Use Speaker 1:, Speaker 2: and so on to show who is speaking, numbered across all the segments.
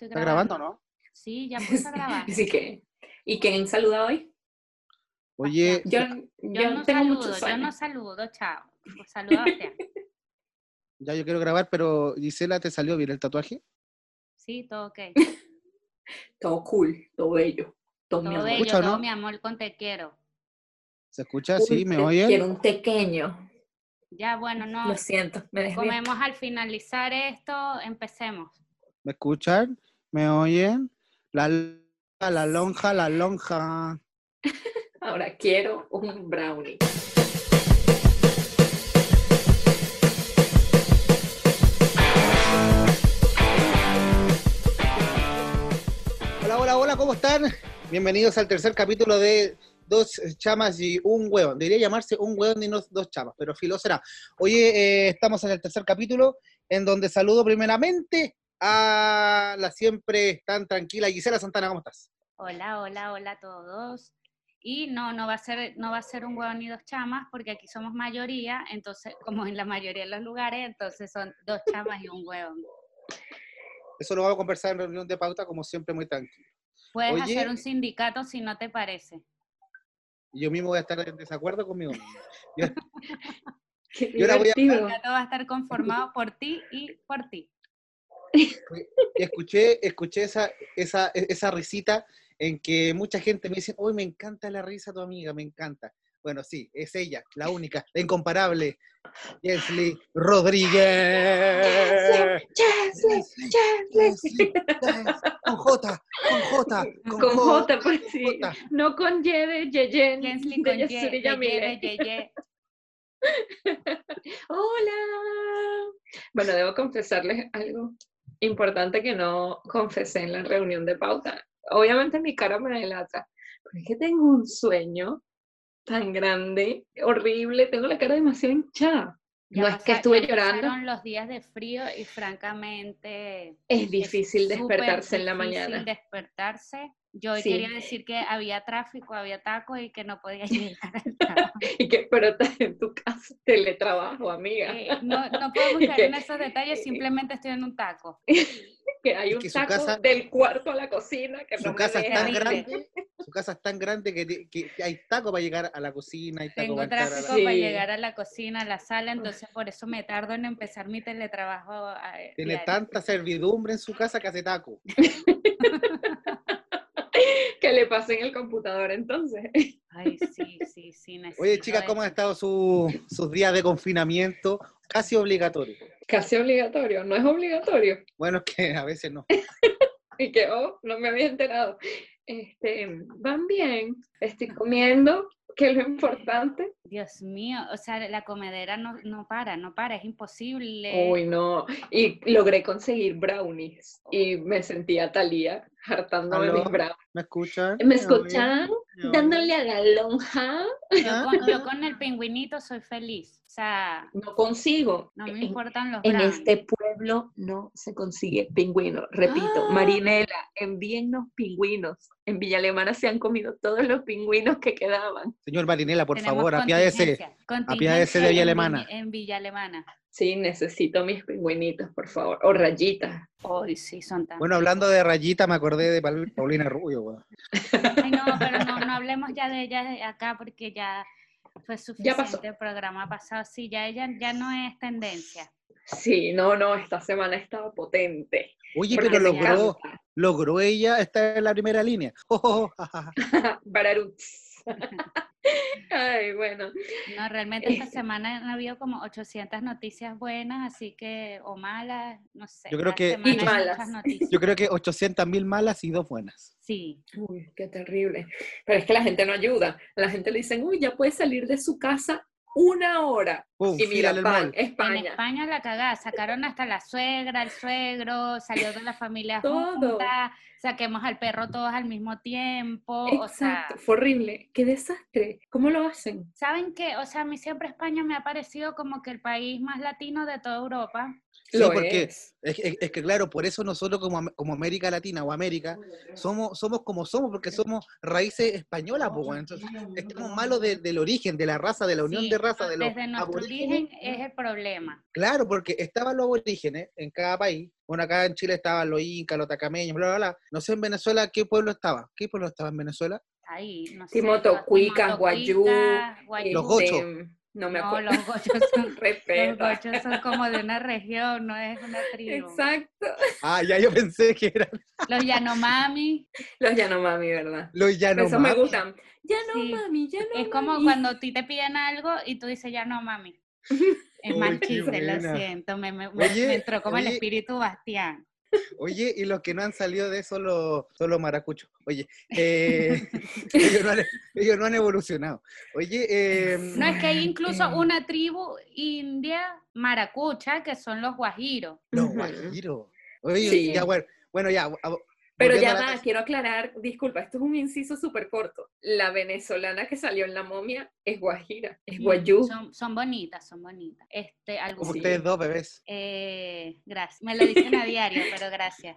Speaker 1: grabando, ¿no?
Speaker 2: Sí, ya empieza a grabar.
Speaker 3: Así que, ¿y quién saluda hoy?
Speaker 1: Oye,
Speaker 3: Yo,
Speaker 2: Yo,
Speaker 3: yo
Speaker 2: no
Speaker 3: tengo
Speaker 2: saludo,
Speaker 3: muchos
Speaker 2: yo no
Speaker 3: años.
Speaker 2: saludo, chao. Pues Saluda a Bastián.
Speaker 1: ya yo quiero grabar, pero Gisela, ¿te salió bien el tatuaje?
Speaker 2: Sí, todo ok.
Speaker 3: Todo cool, todo bello, todo, mi
Speaker 2: Todo
Speaker 3: amor.
Speaker 2: bello,
Speaker 1: Escucha,
Speaker 2: todo
Speaker 1: ¿no?
Speaker 2: mi amor con te quiero.
Speaker 1: ¿Se escucha?
Speaker 3: Uy,
Speaker 1: Ah, ¿Sí? ¿Me
Speaker 3: te- Quiero
Speaker 1: oyen?
Speaker 3: un pequeño.
Speaker 2: Ya, bueno, no.
Speaker 3: Lo siento, me desvío.
Speaker 2: Comemos al finalizar esto, empecemos.
Speaker 1: ¿Me escuchan? ¿Me oyen? La, la, la lonja, la lonja.
Speaker 3: Ahora quiero un brownie.
Speaker 1: Hola, hola, hola, ¿cómo están? Bienvenidos al tercer capítulo de Dos Chamas y un Hueón. Debería llamarse Un Hueón y no Dos Chamas, pero filo será. Oye, eh, estamos en el tercer capítulo, en donde saludo primeramente a la siempre tan tranquila Gisela Santana, ¿cómo estás?
Speaker 2: Hola, hola, hola a todos. Y no, no va a ser, no va a ser un huevo ni dos chamas, porque aquí somos mayoría, entonces, como en la mayoría de los lugares, entonces son dos chamas y un huevo.
Speaker 1: Eso lo vamos a conversar en reunión de pauta, como siempre, muy tranquilo.
Speaker 2: Puedes
Speaker 1: Oye.
Speaker 2: hacer un sindicato si no te parece.
Speaker 1: Yo mismo voy a estar en desacuerdo conmigo mismo.
Speaker 3: Qué
Speaker 1: Yo la voy a-
Speaker 3: divertido.
Speaker 2: El sindicato va a estar conformado por ti y por ti.
Speaker 1: Y escuché, escuché esa, esa, esa risita en que mucha gente me dice, hoy me encanta la risa de tu amiga, me encanta. Bueno, sí, es ella, la única, la incomparable, Leslie Rodríguez.
Speaker 3: Chesley, Chesley.
Speaker 1: Leslie, Jess, Con J, con J, con,
Speaker 3: Con J, pues sí.
Speaker 1: J.
Speaker 3: No con Y de Yeyen,
Speaker 2: Jensly
Speaker 3: de
Speaker 2: con ye,
Speaker 3: Yasuri
Speaker 2: ye,
Speaker 3: Yamile.
Speaker 2: ye, ye, ye.
Speaker 3: Hola. Bueno, debo confesarles algo importante que no confesé en la reunión de pauta. Obviamente mi cara me delata, pero es que tengo un sueño tan grande, horrible, tengo la cara demasiado hinchada.
Speaker 2: Ya
Speaker 3: no es que
Speaker 2: pasa-
Speaker 3: estuve
Speaker 2: ya
Speaker 3: llorando,
Speaker 2: pasaron los días de frío y francamente
Speaker 3: es difícil
Speaker 2: súper
Speaker 3: despertarse en la
Speaker 2: difícil
Speaker 3: mañana.
Speaker 2: despertarse. Yo hoy
Speaker 3: Sí.
Speaker 2: quería decir que había tráfico, había taco y que no podía llegar al trabajo.
Speaker 3: Y que, pero estás en tu casa, teletrabajo, amiga.
Speaker 2: Eh, no, no puedo
Speaker 3: Y
Speaker 2: buscar
Speaker 3: que-
Speaker 2: en esos detalles, simplemente estoy en un taco.
Speaker 3: que hay
Speaker 1: Es
Speaker 3: un
Speaker 1: que su
Speaker 3: taco
Speaker 1: casa-
Speaker 3: del cuarto a la cocina que no
Speaker 1: Su
Speaker 3: me
Speaker 1: casa es
Speaker 3: deja
Speaker 1: tan
Speaker 3: ir.
Speaker 1: grande, su casa es tan grande que, te- que hay taco para llegar a la cocina, hay taco
Speaker 2: Tengo
Speaker 1: para entrar a
Speaker 2: tráfico
Speaker 1: la...
Speaker 2: para
Speaker 3: Sí.
Speaker 2: llegar a la cocina, a la sala, entonces por eso me tardo en empezar mi teletrabajo. eh,
Speaker 1: Tiene
Speaker 2: diario.
Speaker 1: tanta servidumbre en su casa que hace taco.
Speaker 3: que le pasen el computador entonces.
Speaker 2: Ay, sí, sí, sí.
Speaker 1: Oye,
Speaker 2: necesito
Speaker 1: chicas, ¿cómo han
Speaker 2: eso.
Speaker 1: estado su- sus días de confinamiento? Casi obligatorio.
Speaker 3: Casi obligatorio, no es obligatorio.
Speaker 1: Bueno, es que a veces no.
Speaker 3: Y que, oh, no me había enterado. Este, van bien, estoy comiendo, que es lo importante.
Speaker 2: Dios mío, o sea, la comedera no, no para, no para, es imposible.
Speaker 3: Uy, no. Y logré conseguir brownies y me sentía talía hartándome
Speaker 1: Aló.
Speaker 3: mis brownies.
Speaker 1: ¿Me escuchan?
Speaker 3: ¿Me
Speaker 1: oyen?
Speaker 3: escuchan?
Speaker 1: ¿Me oyen?
Speaker 3: Dándole a la lonja.
Speaker 2: Yo con, yo con el pingüinito soy feliz. O sea,
Speaker 3: No consigo.
Speaker 2: no me
Speaker 3: E-, En-
Speaker 2: importan los
Speaker 3: En
Speaker 2: brownies.
Speaker 3: este pueblo no se consigue pingüino. Repito,
Speaker 2: ¡Ah!
Speaker 3: Marinela, envíennos pingüinos. En Villa Alemana se han comido todos los pingüinos que quedaban.
Speaker 1: Señor Marinela, por
Speaker 2: Tenemos
Speaker 1: favor, apiádese.
Speaker 2: contingencia, contingencia
Speaker 1: apiádese de Villa
Speaker 2: en
Speaker 1: Alemana.
Speaker 2: En Villa Alemana.
Speaker 3: Sí, necesito mis pingüinitos, por favor. O rayitas.
Speaker 2: Hoy sí son tan.
Speaker 1: Bueno, hablando de rayita, me acordé de Paul- Paulina Rubio. weón.
Speaker 2: Ay, no, pero no, no hablemos ya de ella de acá porque ya fue
Speaker 3: Ya pasó.
Speaker 2: suficiente el programa pasado. Sí, ya ella ya no es tendencia.
Speaker 3: Sí, no, no, esta semana estaba potente.
Speaker 1: Oye,
Speaker 3: porque
Speaker 1: pero
Speaker 3: me
Speaker 1: logró,
Speaker 3: encanta.
Speaker 1: logró ella estar en la primera línea. Oh, oh, oh, jajaja.
Speaker 3: Ah, Bararutz. Ay, bueno.
Speaker 2: No, realmente esta
Speaker 3: Eh.
Speaker 2: semana han habido como 800 noticias buenas, así que, o malas, no sé.
Speaker 1: Yo
Speaker 2: cada
Speaker 1: creo que-
Speaker 2: semana
Speaker 3: Y
Speaker 2: hay
Speaker 3: malas.
Speaker 2: muchas noticias.
Speaker 1: Yo creo que 800 mil malas y dos buenas.
Speaker 2: Sí,
Speaker 3: Uy, qué terrible. Pero es que la gente no ayuda. La gente le dicen, uy, ya puede salir de su casa una hora.
Speaker 1: Pum,
Speaker 3: Y
Speaker 1: fila
Speaker 3: mira,
Speaker 1: en el
Speaker 3: pan,
Speaker 1: mall.
Speaker 2: En
Speaker 3: España.
Speaker 2: España la cagada, sacaron hasta la suegra, el suegro, salió de la familia
Speaker 3: Todo.
Speaker 2: junta, saquemos al perro todos al mismo tiempo, o sea,
Speaker 3: Exacto, fue horrible. Qué desastre. ¿Cómo lo hacen?
Speaker 2: ¿saben qué? O sea, a mí siempre España me ha parecido como que el país más latino de toda Europa.
Speaker 1: Sí,
Speaker 3: Lo
Speaker 1: porque
Speaker 3: es.
Speaker 1: es, es- es que claro, por eso nosotros como, Am- como América Latina o América somos, somos como somos, porque somos raíces españolas, pues, weón. Entonces, estamos malos de- del origen, de la raza, de la unión
Speaker 2: Sí,
Speaker 1: de raza, de los
Speaker 2: Desde nuestro
Speaker 1: aborígenes.
Speaker 2: origen es el problema.
Speaker 1: Claro, porque estaban los aborígenes en cada país, Bueno, acá en Chile estaban los incas, los tacameños, bla, bla, bla. No sé en Venezuela qué pueblo estaba. ¿Qué pueblo estaba en Venezuela?
Speaker 2: Ahí, no sé. Timotocuicas,
Speaker 3: Timotocuicas, Guayú,
Speaker 2: Guayú.
Speaker 1: Los gochos.
Speaker 3: Em, No me
Speaker 2: No,
Speaker 3: acuerdo.
Speaker 2: los gochos son, los
Speaker 3: Respeta.
Speaker 2: gochos son como de una región, no es una tribu.
Speaker 3: Exacto.
Speaker 1: Ah, ya yo pensé que eran
Speaker 2: Los Yanomami,
Speaker 3: Los Yanomami, ¿verdad?
Speaker 1: los llanos.
Speaker 3: Eso me gustan. Yanomami, Yanomami.
Speaker 2: es como cuando a ti te piden algo y tú dices Yanomami. Es
Speaker 1: Uy,
Speaker 2: mal
Speaker 1: qué
Speaker 2: chiste, lo
Speaker 1: buena.
Speaker 2: siento, me, me- me-
Speaker 1: Oye,
Speaker 2: me entró como el
Speaker 1: oye.
Speaker 2: espíritu Bastián.
Speaker 1: Oye, y los que no han salido de eso, los, son los maracuchos. Oye, eh, ellos, no han, ellos no han evolucionado. Oye, eh,
Speaker 2: No, es que hay incluso
Speaker 1: eh,
Speaker 2: una tribu india maracucha que son los guajiros.
Speaker 1: los
Speaker 3: Ujú.
Speaker 1: guajiros. Oye,
Speaker 3: Sí.
Speaker 1: ya, bueno, bueno, ya. a-
Speaker 3: Pero ya
Speaker 1: volviendo a la-
Speaker 3: va, quiero aclarar, disculpa, esto es un inciso súper corto. La venezolana que salió en la momia es Guajira, es Guayú.
Speaker 2: Son, son bonitas, son bonitas. Este,
Speaker 1: Como
Speaker 2: algunas.
Speaker 3: Sí.
Speaker 1: ustedes dos, bebés.
Speaker 2: Eh, gracias. Me lo dicen a diario, pero gracias.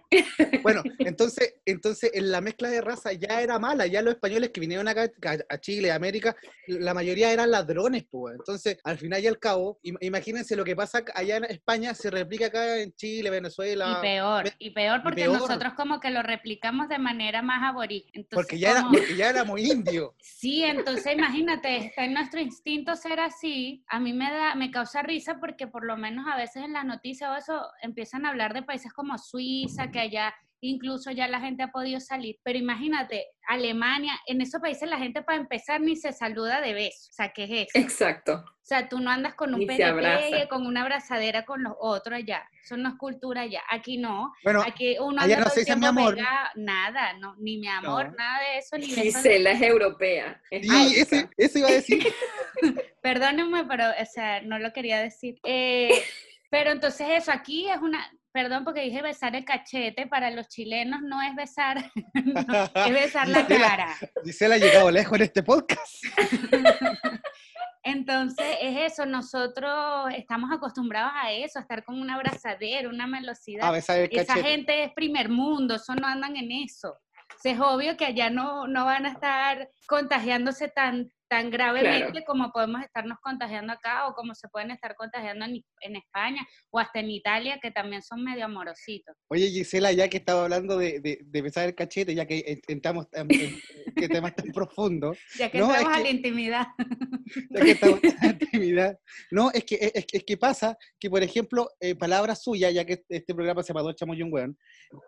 Speaker 1: Bueno, entonces, entonces en la mezcla de raza ya era mala, ya los españoles que vinieron acá a- a Chile, a América, la mayoría eran ladrones, pues. Entonces, al final y al cabo, im- imagínense lo que pasa ac- allá en España se replica acá en Chile, Venezuela.
Speaker 2: y peor,
Speaker 1: me-
Speaker 2: y peor porque
Speaker 1: peor.
Speaker 2: nosotros como que lo replicamos de manera más aborigen. Entonces,
Speaker 1: Porque ya, era,
Speaker 2: como-
Speaker 1: porque ya éramos indios.
Speaker 2: Sí, entonces imagínate, está en nuestro instinto ser así. A mí me da, me causa risa porque por lo menos a veces en las noticias o eso empiezan a hablar de países como Suiza, que allá incluso ya la gente ha podido salir. Pero imagínate, Alemania, en esos países la gente para empezar ni se saluda de beso. O sea, ¿qué es eso?
Speaker 3: Exacto.
Speaker 2: O sea, tú no andas con un
Speaker 3: Ni se abraza.
Speaker 2: pegue, con una abrazadera con los otros allá. Son las culturas ya. Aquí no.
Speaker 1: Bueno,
Speaker 2: Aquí uno anda
Speaker 1: allá no
Speaker 2: todo
Speaker 1: se
Speaker 2: el
Speaker 1: dice mi
Speaker 2: tiempo
Speaker 1: amor.
Speaker 2: pegado, Nada, no, ni mi amor,
Speaker 1: No.
Speaker 2: nada de eso, ni beso de-
Speaker 3: Gisela es europea. es
Speaker 1: y
Speaker 3: nórdica.
Speaker 1: ese, ese iba a decir.
Speaker 2: Perdónenme, pero, o sea, no lo quería decir. Eh, pero entonces eso, aquí es una, perdón porque dije besar el cachete, para los chilenos no es besar, no, es besar la
Speaker 1: Gisela.
Speaker 2: cara.
Speaker 1: Gisela ha llegado lejos en este podcast.
Speaker 2: Entonces es eso, nosotros estamos acostumbrados a eso, a estar con un abrazadero, una
Speaker 1: A
Speaker 2: velocidad.
Speaker 1: ver, sabe el
Speaker 2: Esa
Speaker 1: este cachete.
Speaker 2: gente es primer mundo, eso no andan en eso. O sea, es obvio que allá no, no van a estar contagiándose tan, tan gravemente como podemos estarnos contagiando acá o como se pueden estar contagiando en, en España o hasta en Italia, que también son medio amorositos.
Speaker 1: Oye, Gisela, ya que estaba hablando de, de, de besar el cachete, ya que en- entramos tan- en, en temas tan profundos.
Speaker 2: Ya que
Speaker 1: No, es
Speaker 2: entramos a
Speaker 1: que-
Speaker 2: la intimidad.
Speaker 1: ya que estamos en la intimidad. No, es que, es, que- es que pasa que, por ejemplo, eh, palabras suyas, ya que este programa se llama Chamo y un Weón,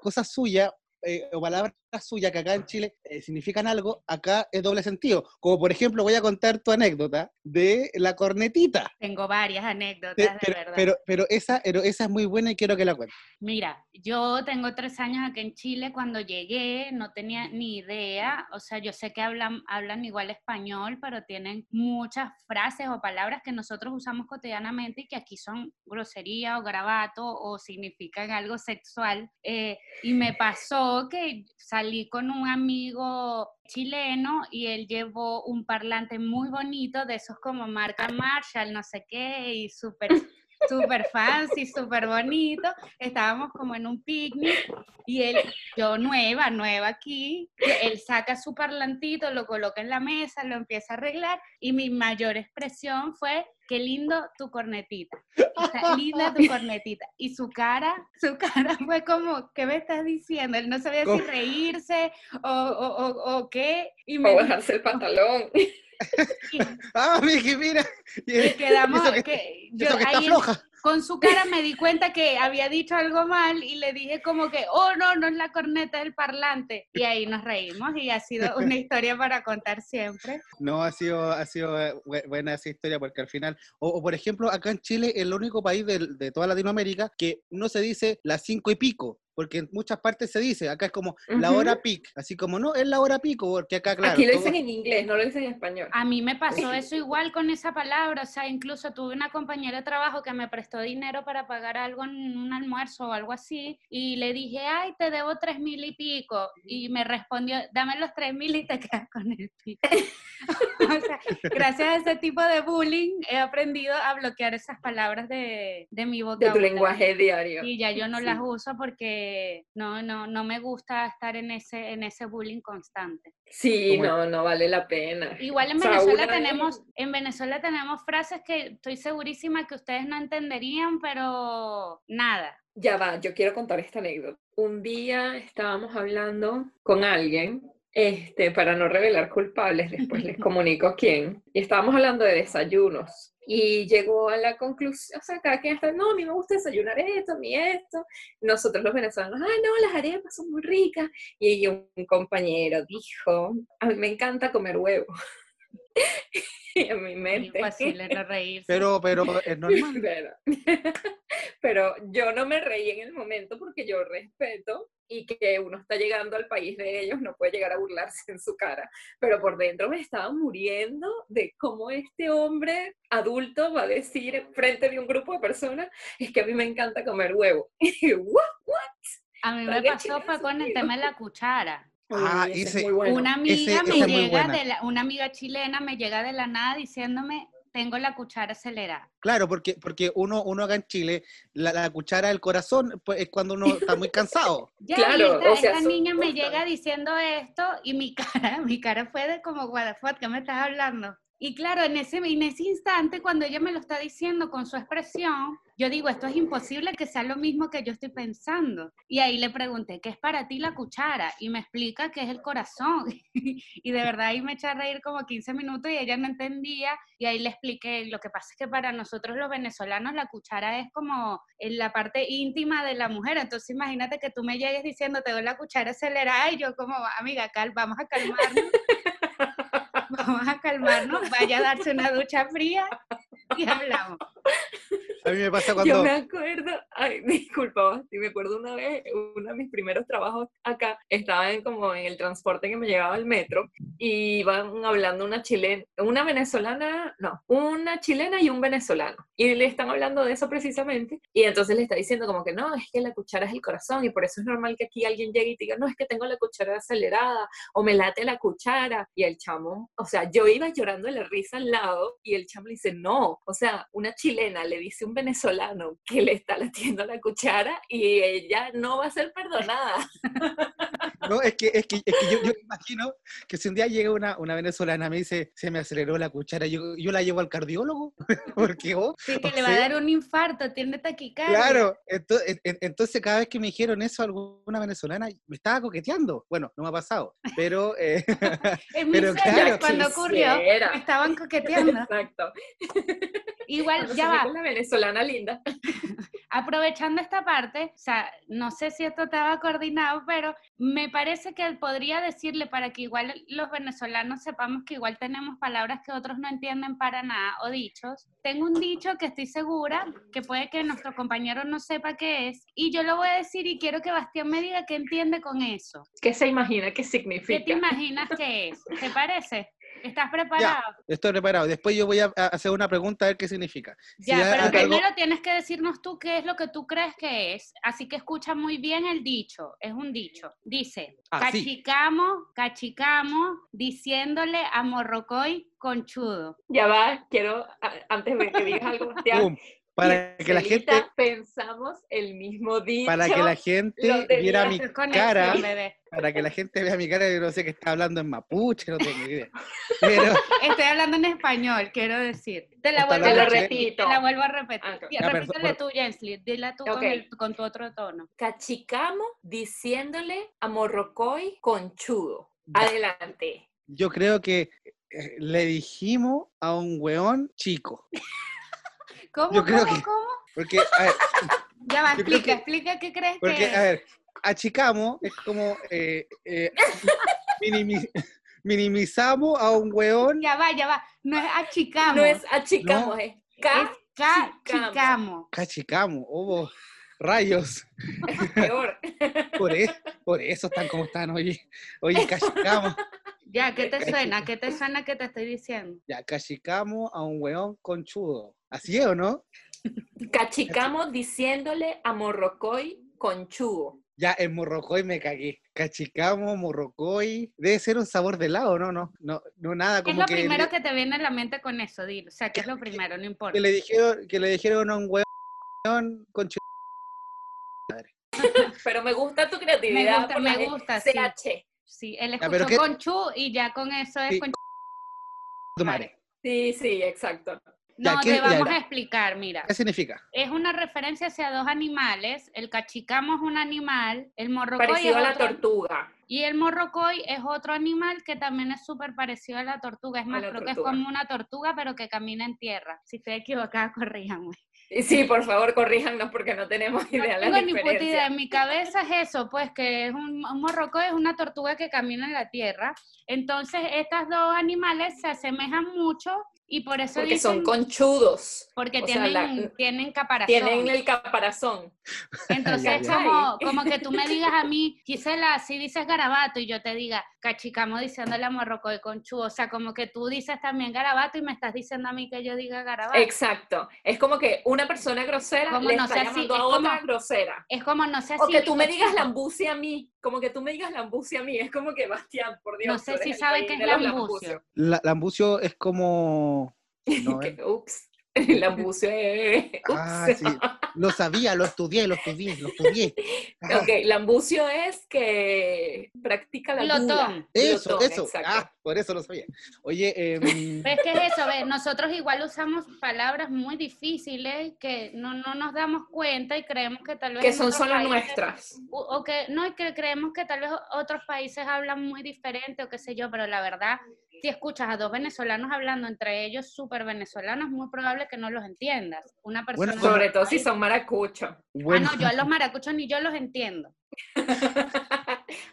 Speaker 1: cosas suyas eh, o palabras suyas que acá en Chile eh, significan algo, acá es doble sentido. Como, por ejemplo, voy a contar tu anécdota de la cornetita.
Speaker 2: Tengo varias anécdotas,
Speaker 1: Pe-
Speaker 2: de
Speaker 1: pero,
Speaker 2: Ah, verdad.
Speaker 1: pero, pero esa, pero esa es muy buena y quiero que la cuentes.
Speaker 2: Mira, yo tengo tres años acá en Chile. Cuando llegué no tenía ni idea. O sea, yo sé que hablan, hablan igual español, pero tienen muchas frases o palabras que nosotros usamos cotidianamente y que aquí son grosería o garabato o significan algo sexual. Eh, y me pasó que salí con un amigo chileno y él llevó un parlante muy bonito de esos como marca Marshall, no sé qué, y súper... Súper fancy, súper bonito estábamos como en un picnic y él, yo nueva, nueva aquí, él saca su parlantito, lo coloca en la mesa, lo empieza a arreglar y mi mayor expresión fue, qué lindo tu cornetita, está linda tu cornetita. Y su cara, su cara fue como, ¿qué me estás diciendo? Él no sabía si
Speaker 1: ¿Cómo? Oh,
Speaker 2: reírse o, o, o, o qué. Y me
Speaker 3: O
Speaker 2: dijo-
Speaker 3: bajarse el pantalón.
Speaker 1: Ah, Miki, mira. Y-
Speaker 2: y quedamos,
Speaker 1: eso que-
Speaker 2: que yo
Speaker 1: eso que está
Speaker 2: ahí en-
Speaker 1: floja.
Speaker 2: con su cara me di cuenta que había dicho algo mal y le dije como que, oh no, no es la corneta del parlante. Y ahí nos reímos y ha sido una historia para contar siempre.
Speaker 1: No, ha sido, ha sido eh, bu- buena esa historia porque al final, o, o por ejemplo, acá en Chile, el único país del- de, toda Latinoamérica que no se dice las cinco y pico, porque en muchas partes se dice, acá es como la
Speaker 3: Ujú.
Speaker 1: hora pic, así como no, es la hora pico, porque acá, claro.
Speaker 3: Aquí lo
Speaker 1: todo-
Speaker 3: dicen en inglés, no lo dicen en español.
Speaker 2: A mí me pasó eso igual con esa palabra, o sea, incluso tuve una compañera de trabajo que me prestó dinero para pagar algo en un almuerzo o algo así y le dije, ay, te debo tres mil y pico. Y me respondió, dame los tres mil y te quedas con el pico. O sea, gracias a ese tipo de bullying he aprendido a bloquear esas palabras de, de mi
Speaker 3: de tu
Speaker 2: vocabulario.
Speaker 3: lenguaje diario.
Speaker 2: Y ya yo no las
Speaker 3: Sí.
Speaker 2: uso porque no, no, no me gusta estar en ese, en ese bullying constante.
Speaker 3: Sí,
Speaker 1: Como-
Speaker 3: no, no vale la pena.
Speaker 2: Igual en
Speaker 3: O sea,
Speaker 2: Venezuela
Speaker 3: una-
Speaker 2: tenemos, en Venezuela tenemos frases que estoy segurísima que ustedes no entenderían, pero nada.
Speaker 3: Ya va, yo quiero contar esta anécdota. Un día estábamos hablando con alguien, este, para no revelar culpables, después les comunico quién, y estábamos hablando de desayunos. Y llegó a la conclusión, o sea, cada quien está, no, a mí me gusta desayunar esto, a mí esto. Nosotros los venezolanos, ah, no, las arepas son muy ricas. Y un compañero dijo, a mí me encanta comer huevo. y en mi mente.
Speaker 2: Imposible no reírse.
Speaker 1: Pero, pero es normal.
Speaker 3: Pero, pero yo no me reí en el momento porque yo respeto y que uno está llegando al país de ellos, no puede llegar a burlarse en su cara. Pero por dentro me estaba muriendo de cómo este hombre adulto va a decir frente de un grupo de personas, es que a mí me encanta comer huevo. Y, what, what?
Speaker 2: A mí me
Speaker 3: ¿Para qué
Speaker 2: pasó
Speaker 3: chingados
Speaker 2: fue con el
Speaker 3: digo?
Speaker 2: tema de la cuchara.
Speaker 1: Ah,
Speaker 3: Uy, ese es
Speaker 1: ese-
Speaker 3: muy bueno.
Speaker 2: una amiga
Speaker 1: ese- esa
Speaker 2: me
Speaker 1: es muy
Speaker 2: llega
Speaker 1: buena.
Speaker 2: de la, una amiga chilena me llega de la nada diciéndome tengo la cuchara acelerada.
Speaker 1: Claro, porque, porque uno, uno acá en Chile, la, la cuchara del corazón pues, es cuando uno está muy cansado.
Speaker 2: Ya,
Speaker 3: Claro,
Speaker 2: y esta,
Speaker 3: o sea,
Speaker 2: esta
Speaker 3: son
Speaker 2: niña me
Speaker 3: cosas.
Speaker 2: llega diciendo esto y mi cara, mi cara fue de como what the fuck, ¿qué me estás hablando? Y claro, en ese, en ese instante, cuando ella me lo está diciendo con su expresión, yo digo, esto es imposible que sea lo mismo que yo estoy pensando. Y ahí le pregunté, ¿qué es para ti la cuchara? Y me explica que es el corazón. y de verdad ahí me eché a reír como 15 minutos y ella no entendía y ahí le expliqué, lo que pasa es que para nosotros los venezolanos la cuchara es como en la parte íntima de la mujer, entonces imagínate que tú me llegues diciendo te doy la cuchara acelerada y yo como, amiga, cal, vamos a calmarnos, vamos a calmarnos, vaya a darse una ducha fría y hablamos.
Speaker 1: A mí me pasa
Speaker 3: Yo
Speaker 1: cuando...
Speaker 3: me acuerdo, ay, disculpa, Basti, me acuerdo una vez, uno de mis primeros trabajos acá, estaba en como en el transporte que me llevaba al metro y iban hablando una chilena, una venezolana, no, una chilena y un venezolano. Y le están hablando de eso precisamente y entonces le está diciendo como que no, es que la cuchara es el corazón y por eso es normal que aquí alguien llegue y te diga, no, es que tengo la cuchara acelerada o me late la cuchara. Y el chamo, o sea, yo iba llorando de la risa al lado y el chamo le dice, no, o sea, una chilena le dice a un venezolano que le está latiendo la cuchara y ella no va a ser perdonada.
Speaker 1: No, es que, es que, es que yo, yo me imagino que si un día llega una, una venezolana y me dice, se me aceleró la cuchara, yo, yo la llevo al cardiólogo, porque vos...
Speaker 2: Sí, que
Speaker 1: O
Speaker 2: le va a
Speaker 1: sea-
Speaker 2: dar un infarto, tiene taquicardia.
Speaker 1: Claro, ento- en- en- entonces cada vez que me dijeron eso alguna venezolana, me estaba coqueteando. Bueno, no me ha pasado, pero eh,
Speaker 2: En mis
Speaker 1: Pero
Speaker 2: sueños,
Speaker 1: claro,
Speaker 2: cuando ocurrió, me
Speaker 3: quisiera.
Speaker 2: estaban coqueteando.
Speaker 3: Exacto.
Speaker 2: Igual,
Speaker 3: Cuando
Speaker 2: ya
Speaker 3: se
Speaker 2: va,
Speaker 3: ve con la venezolana linda.
Speaker 2: Aprovechando esta parte, o sea, no sé si esto estaba coordinado, pero me parece que podría decirle para que igual los venezolanos sepamos que igual tenemos palabras que otros no entienden para nada o dichos. Tengo un dicho que estoy segura que puede que nuestro compañero no sepa qué es y yo lo voy a decir y quiero que Bastián me diga qué entiende con eso.
Speaker 3: ¿Qué se imagina que
Speaker 2: ¿Qué te
Speaker 3: significa?
Speaker 2: imaginas que es? ¿Te parece? ¿Estás preparado?
Speaker 1: estoy preparado. Después yo voy a, a hacer una pregunta a ver qué significa.
Speaker 2: Ya,
Speaker 1: Si ya
Speaker 2: pero
Speaker 1: algo-
Speaker 2: primero tienes que decirnos tú qué es lo que tú crees que es. Así que escucha muy bien el dicho. Es un dicho. Dice,
Speaker 1: Ah, sí.
Speaker 2: cachicamo, cachicamo, diciéndole a Morrocoy conchudo.
Speaker 3: Ya va, quiero, a- antes de que digas algo, Bastián,
Speaker 1: Pum, para
Speaker 3: y
Speaker 1: que la
Speaker 3: Celita
Speaker 1: gente,
Speaker 3: pensamos el mismo dicho.
Speaker 1: para que la
Speaker 3: lo
Speaker 1: gente
Speaker 3: tenía
Speaker 1: viera mi
Speaker 2: Estoy con
Speaker 1: cara,
Speaker 2: eso, bebé.
Speaker 1: para que la gente vea mi cara, yo no sé que está hablando en mapuche, no tengo idea. Pero
Speaker 2: Estoy hablando en español, quiero decir. Te la
Speaker 1: Está
Speaker 2: vuelvo
Speaker 3: Te
Speaker 2: a
Speaker 3: lo
Speaker 1: hablando
Speaker 2: repetir.
Speaker 1: chileno.
Speaker 3: repito.
Speaker 2: Te la vuelvo a repetir.
Speaker 3: Ah, ok.
Speaker 2: Y
Speaker 1: Ya, pero-
Speaker 2: Repítele tú, Jensly. Dila tú
Speaker 3: Ok.
Speaker 2: con, el- con tu otro tono.
Speaker 3: Cachicamo diciéndole a Morrocoy conchudo.
Speaker 1: Ya.
Speaker 3: Adelante.
Speaker 1: yo creo que eh, le dijimos a un weón chico.
Speaker 2: ¿Cómo,
Speaker 1: Yo creo
Speaker 2: cómo,
Speaker 1: que-
Speaker 2: cómo?
Speaker 1: Porque, a ver,
Speaker 2: Ya va,
Speaker 1: Yo creo
Speaker 2: explica,
Speaker 1: que-
Speaker 2: explica qué crees que
Speaker 1: Porque,
Speaker 2: es.
Speaker 1: a ver, achicamos es como eh, eh, minimi- minimizamos a un weón.
Speaker 2: Ya va, ya va. No es achicamo.
Speaker 3: No es achicamo,
Speaker 1: No.
Speaker 3: es
Speaker 2: Es
Speaker 3: ca,
Speaker 2: cachicamo.
Speaker 1: Cachicamo, oh, rayos.
Speaker 3: peor.
Speaker 1: Por, es- por eso están como están, oye. Oye, cachicamo.
Speaker 2: Ya, ¿qué te
Speaker 1: Cachi-
Speaker 2: suena? ¿Qué te suena que te estoy diciendo?
Speaker 1: Ya, cachicamos a un weón conchudo. ¿Así es o no?
Speaker 3: Cachicamo diciéndole a Morrocoy conchudo.
Speaker 1: Ya, en Morrocoy me cagué. Cachicamo, Morrocoy. Debe ser un sabor de helado, ¿no? No, no, no nada
Speaker 2: ¿Qué es
Speaker 1: como
Speaker 2: lo
Speaker 1: que,
Speaker 2: primero
Speaker 1: le,
Speaker 2: que te viene a la mente con eso, Dil? O sea, ¿qué es lo primero? No importa.
Speaker 1: que le dijeron, que le dijeron a un weón conchudo.
Speaker 3: Pero me gusta tu
Speaker 2: Me
Speaker 3: creatividad.
Speaker 2: gusta,
Speaker 3: por
Speaker 2: me
Speaker 3: la
Speaker 2: gusta, sí.
Speaker 3: CH.
Speaker 2: Sí, él
Speaker 1: Ya, pero
Speaker 2: escuchó
Speaker 1: ¿qué-
Speaker 2: con chu y ya con eso es
Speaker 1: Sí,
Speaker 2: con
Speaker 1: tu madre.
Speaker 3: Sí, sí, exacto.
Speaker 1: Ya,
Speaker 2: No,
Speaker 1: ¿qué-
Speaker 2: te
Speaker 1: ya,
Speaker 2: vamos
Speaker 1: ya.
Speaker 2: a explicar, mira.
Speaker 1: ¿Qué significa?
Speaker 2: Es una referencia hacia dos animales. El cachicamo es un animal, el morrocoy
Speaker 3: Parecido a
Speaker 2: es
Speaker 3: la
Speaker 2: otro-
Speaker 3: tortuga.
Speaker 2: Y el morrocoy es otro animal que también es súper parecido a la tortuga. Es más,
Speaker 3: la
Speaker 2: creo que es
Speaker 3: tortuga.
Speaker 2: como una tortuga, pero que camina en tierra. Si estoy equivocada, corríjanme.
Speaker 3: Y sí, por favor, corríjanos porque no tenemos
Speaker 2: No
Speaker 3: idea de
Speaker 2: tengo
Speaker 3: la
Speaker 2: ni puta idea.
Speaker 3: diferencia.
Speaker 2: En mi cabeza es eso, pues que es un, un morrocoy es una tortuga que camina en la tierra. Entonces, estos dos animales se asemejan mucho y por eso
Speaker 3: Porque
Speaker 2: dicen
Speaker 3: son conchudos.
Speaker 2: porque
Speaker 3: o sea,
Speaker 2: tienen,
Speaker 3: la-
Speaker 2: tienen caparazón.
Speaker 3: Tienen el caparazón.
Speaker 2: Entonces
Speaker 1: Ya,
Speaker 2: es
Speaker 3: ya.
Speaker 2: como, como que tú me digas a mí, Gisela, si dices garabato y yo te diga cachicamo diciéndole a morrocoy con chu, o sea, como que tú dices también garabato y me estás diciendo a mí que yo diga garabato.
Speaker 3: Exacto. Es como que una persona grosera
Speaker 2: Ah. Como
Speaker 3: le
Speaker 2: no
Speaker 3: está
Speaker 2: sea así,
Speaker 3: llamando
Speaker 2: es
Speaker 3: a otra
Speaker 2: como-
Speaker 3: grosera.
Speaker 2: es como no sé
Speaker 3: O
Speaker 2: si
Speaker 3: que tú me digas lambuce a mí, como que tú me digas lambuce a mí, es como que Bastián, por Dios.
Speaker 2: No sé
Speaker 3: tú eres
Speaker 2: si
Speaker 3: el
Speaker 2: sabe
Speaker 3: rey
Speaker 2: qué es
Speaker 3: de los
Speaker 2: lambucio.
Speaker 1: La, lambucio es como... No,
Speaker 3: lambucios.
Speaker 1: eh.
Speaker 3: Que- ups, el lambucio es... Ups.
Speaker 1: Ah, sí. Lo sabía, lo estudié, lo estudié, lo estudié. Ah,
Speaker 3: Ok, lambucio es que practica la
Speaker 2: Glotón.
Speaker 3: duda.
Speaker 1: Eso,
Speaker 3: Glotón,
Speaker 1: eso.
Speaker 3: exacto.
Speaker 1: Ah, por eso lo sabía. Oye, em,
Speaker 2: Pero es que es eso, ¿ves? nosotros igual usamos palabras muy difíciles que no, no nos damos cuenta y creemos que tal vez...
Speaker 3: que
Speaker 2: en
Speaker 3: son
Speaker 2: otros
Speaker 3: solo
Speaker 2: países-
Speaker 3: nuestras.
Speaker 2: o- o que no y que creemos que tal vez otros países hablan muy diferente o qué sé yo, pero la verdad, si escuchas a dos venezolanos hablando entre ellos súper venezolanos, muy probable que no los entiendas. Una
Speaker 1: Bueno,
Speaker 2: persona
Speaker 1: como-
Speaker 3: Sobre todo si son maracuchos.
Speaker 1: bueno,
Speaker 2: Ah, no, yo a los maracuchos ni yo los entiendo.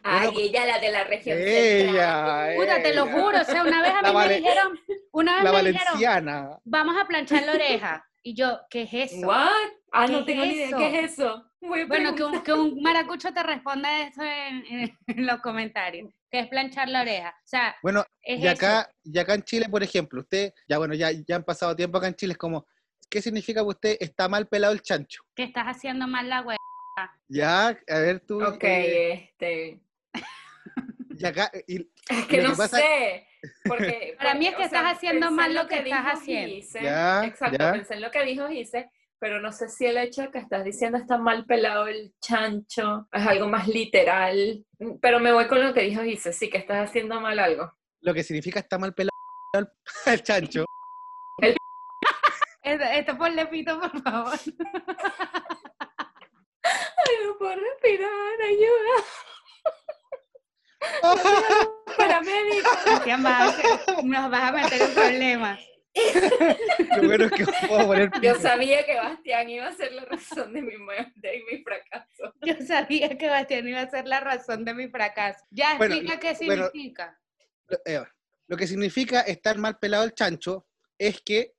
Speaker 3: Ay,
Speaker 1: Bueno,
Speaker 3: ella la de la región central.
Speaker 1: ella,
Speaker 2: Puta, te lo
Speaker 1: ella,
Speaker 2: juro, o sea, una vez a
Speaker 1: Eh,
Speaker 2: mí
Speaker 1: La
Speaker 2: me
Speaker 1: vale-
Speaker 2: dijeron, una
Speaker 1: La
Speaker 2: vez me dijeron,
Speaker 1: valenciana.
Speaker 2: vamos a planchar la oreja. Y yo, ¿qué es eso?
Speaker 3: What? Ah, no
Speaker 2: ¿Qué es
Speaker 3: tengo ni idea qué es eso. Voy a
Speaker 2: Bueno, que
Speaker 3: preguntar.
Speaker 2: un, que un maracucho te responda eso en, en- en los comentarios, que es planchar la oreja. O sea,
Speaker 1: Bueno,
Speaker 2: es
Speaker 1: y
Speaker 2: eso.
Speaker 1: acá, y acá en Chile, por ejemplo, usted, ya bueno, ya, ya han pasado tiempo acá en Chile, es como, ¿qué significa que usted está mal pelado el chancho?
Speaker 2: que estás haciendo mal la web.
Speaker 1: Ya, a ver tú.
Speaker 3: Ok,
Speaker 1: eh,
Speaker 3: este.
Speaker 1: y acá, y-
Speaker 3: Es que
Speaker 1: Lo que
Speaker 3: no
Speaker 1: pasa-
Speaker 3: sé. Porque,
Speaker 2: Para mí es
Speaker 3: porque,
Speaker 2: que
Speaker 3: o sea,
Speaker 2: estás haciendo
Speaker 3: pensé
Speaker 2: mal
Speaker 3: en
Speaker 2: lo que estás
Speaker 3: dijo
Speaker 2: haciendo.
Speaker 3: Gise,
Speaker 1: Ya,
Speaker 3: Exacto,
Speaker 1: ya.
Speaker 3: pensé en lo que dijo Gise, pero no sé si el hecho de que estás diciendo está mal pelado el chancho, es algo más literal. Pero me voy con lo que dijo Gise, sí, que estás haciendo mal algo.
Speaker 1: lo que significa está mal pelado el- el chancho.
Speaker 2: Esto, esto ponle pito, por favor.
Speaker 3: Ay, no puedo respirar, ayuda, paramédico.
Speaker 2: Cristian, vas a- nos vas a meter en problemas.
Speaker 1: Lo bueno es que puedo poner
Speaker 3: Yo
Speaker 1: pito.
Speaker 3: sabía que Bastián iba a ser la razón de mi, mue- de mi fracaso.
Speaker 2: Yo sabía que Bastián iba a ser la razón de mi fracaso. Ya
Speaker 1: Bueno,
Speaker 2: explica qué
Speaker 1: bueno.
Speaker 2: significa.
Speaker 1: Lo- eh, Lo que significa estar mal pelado el chancho es que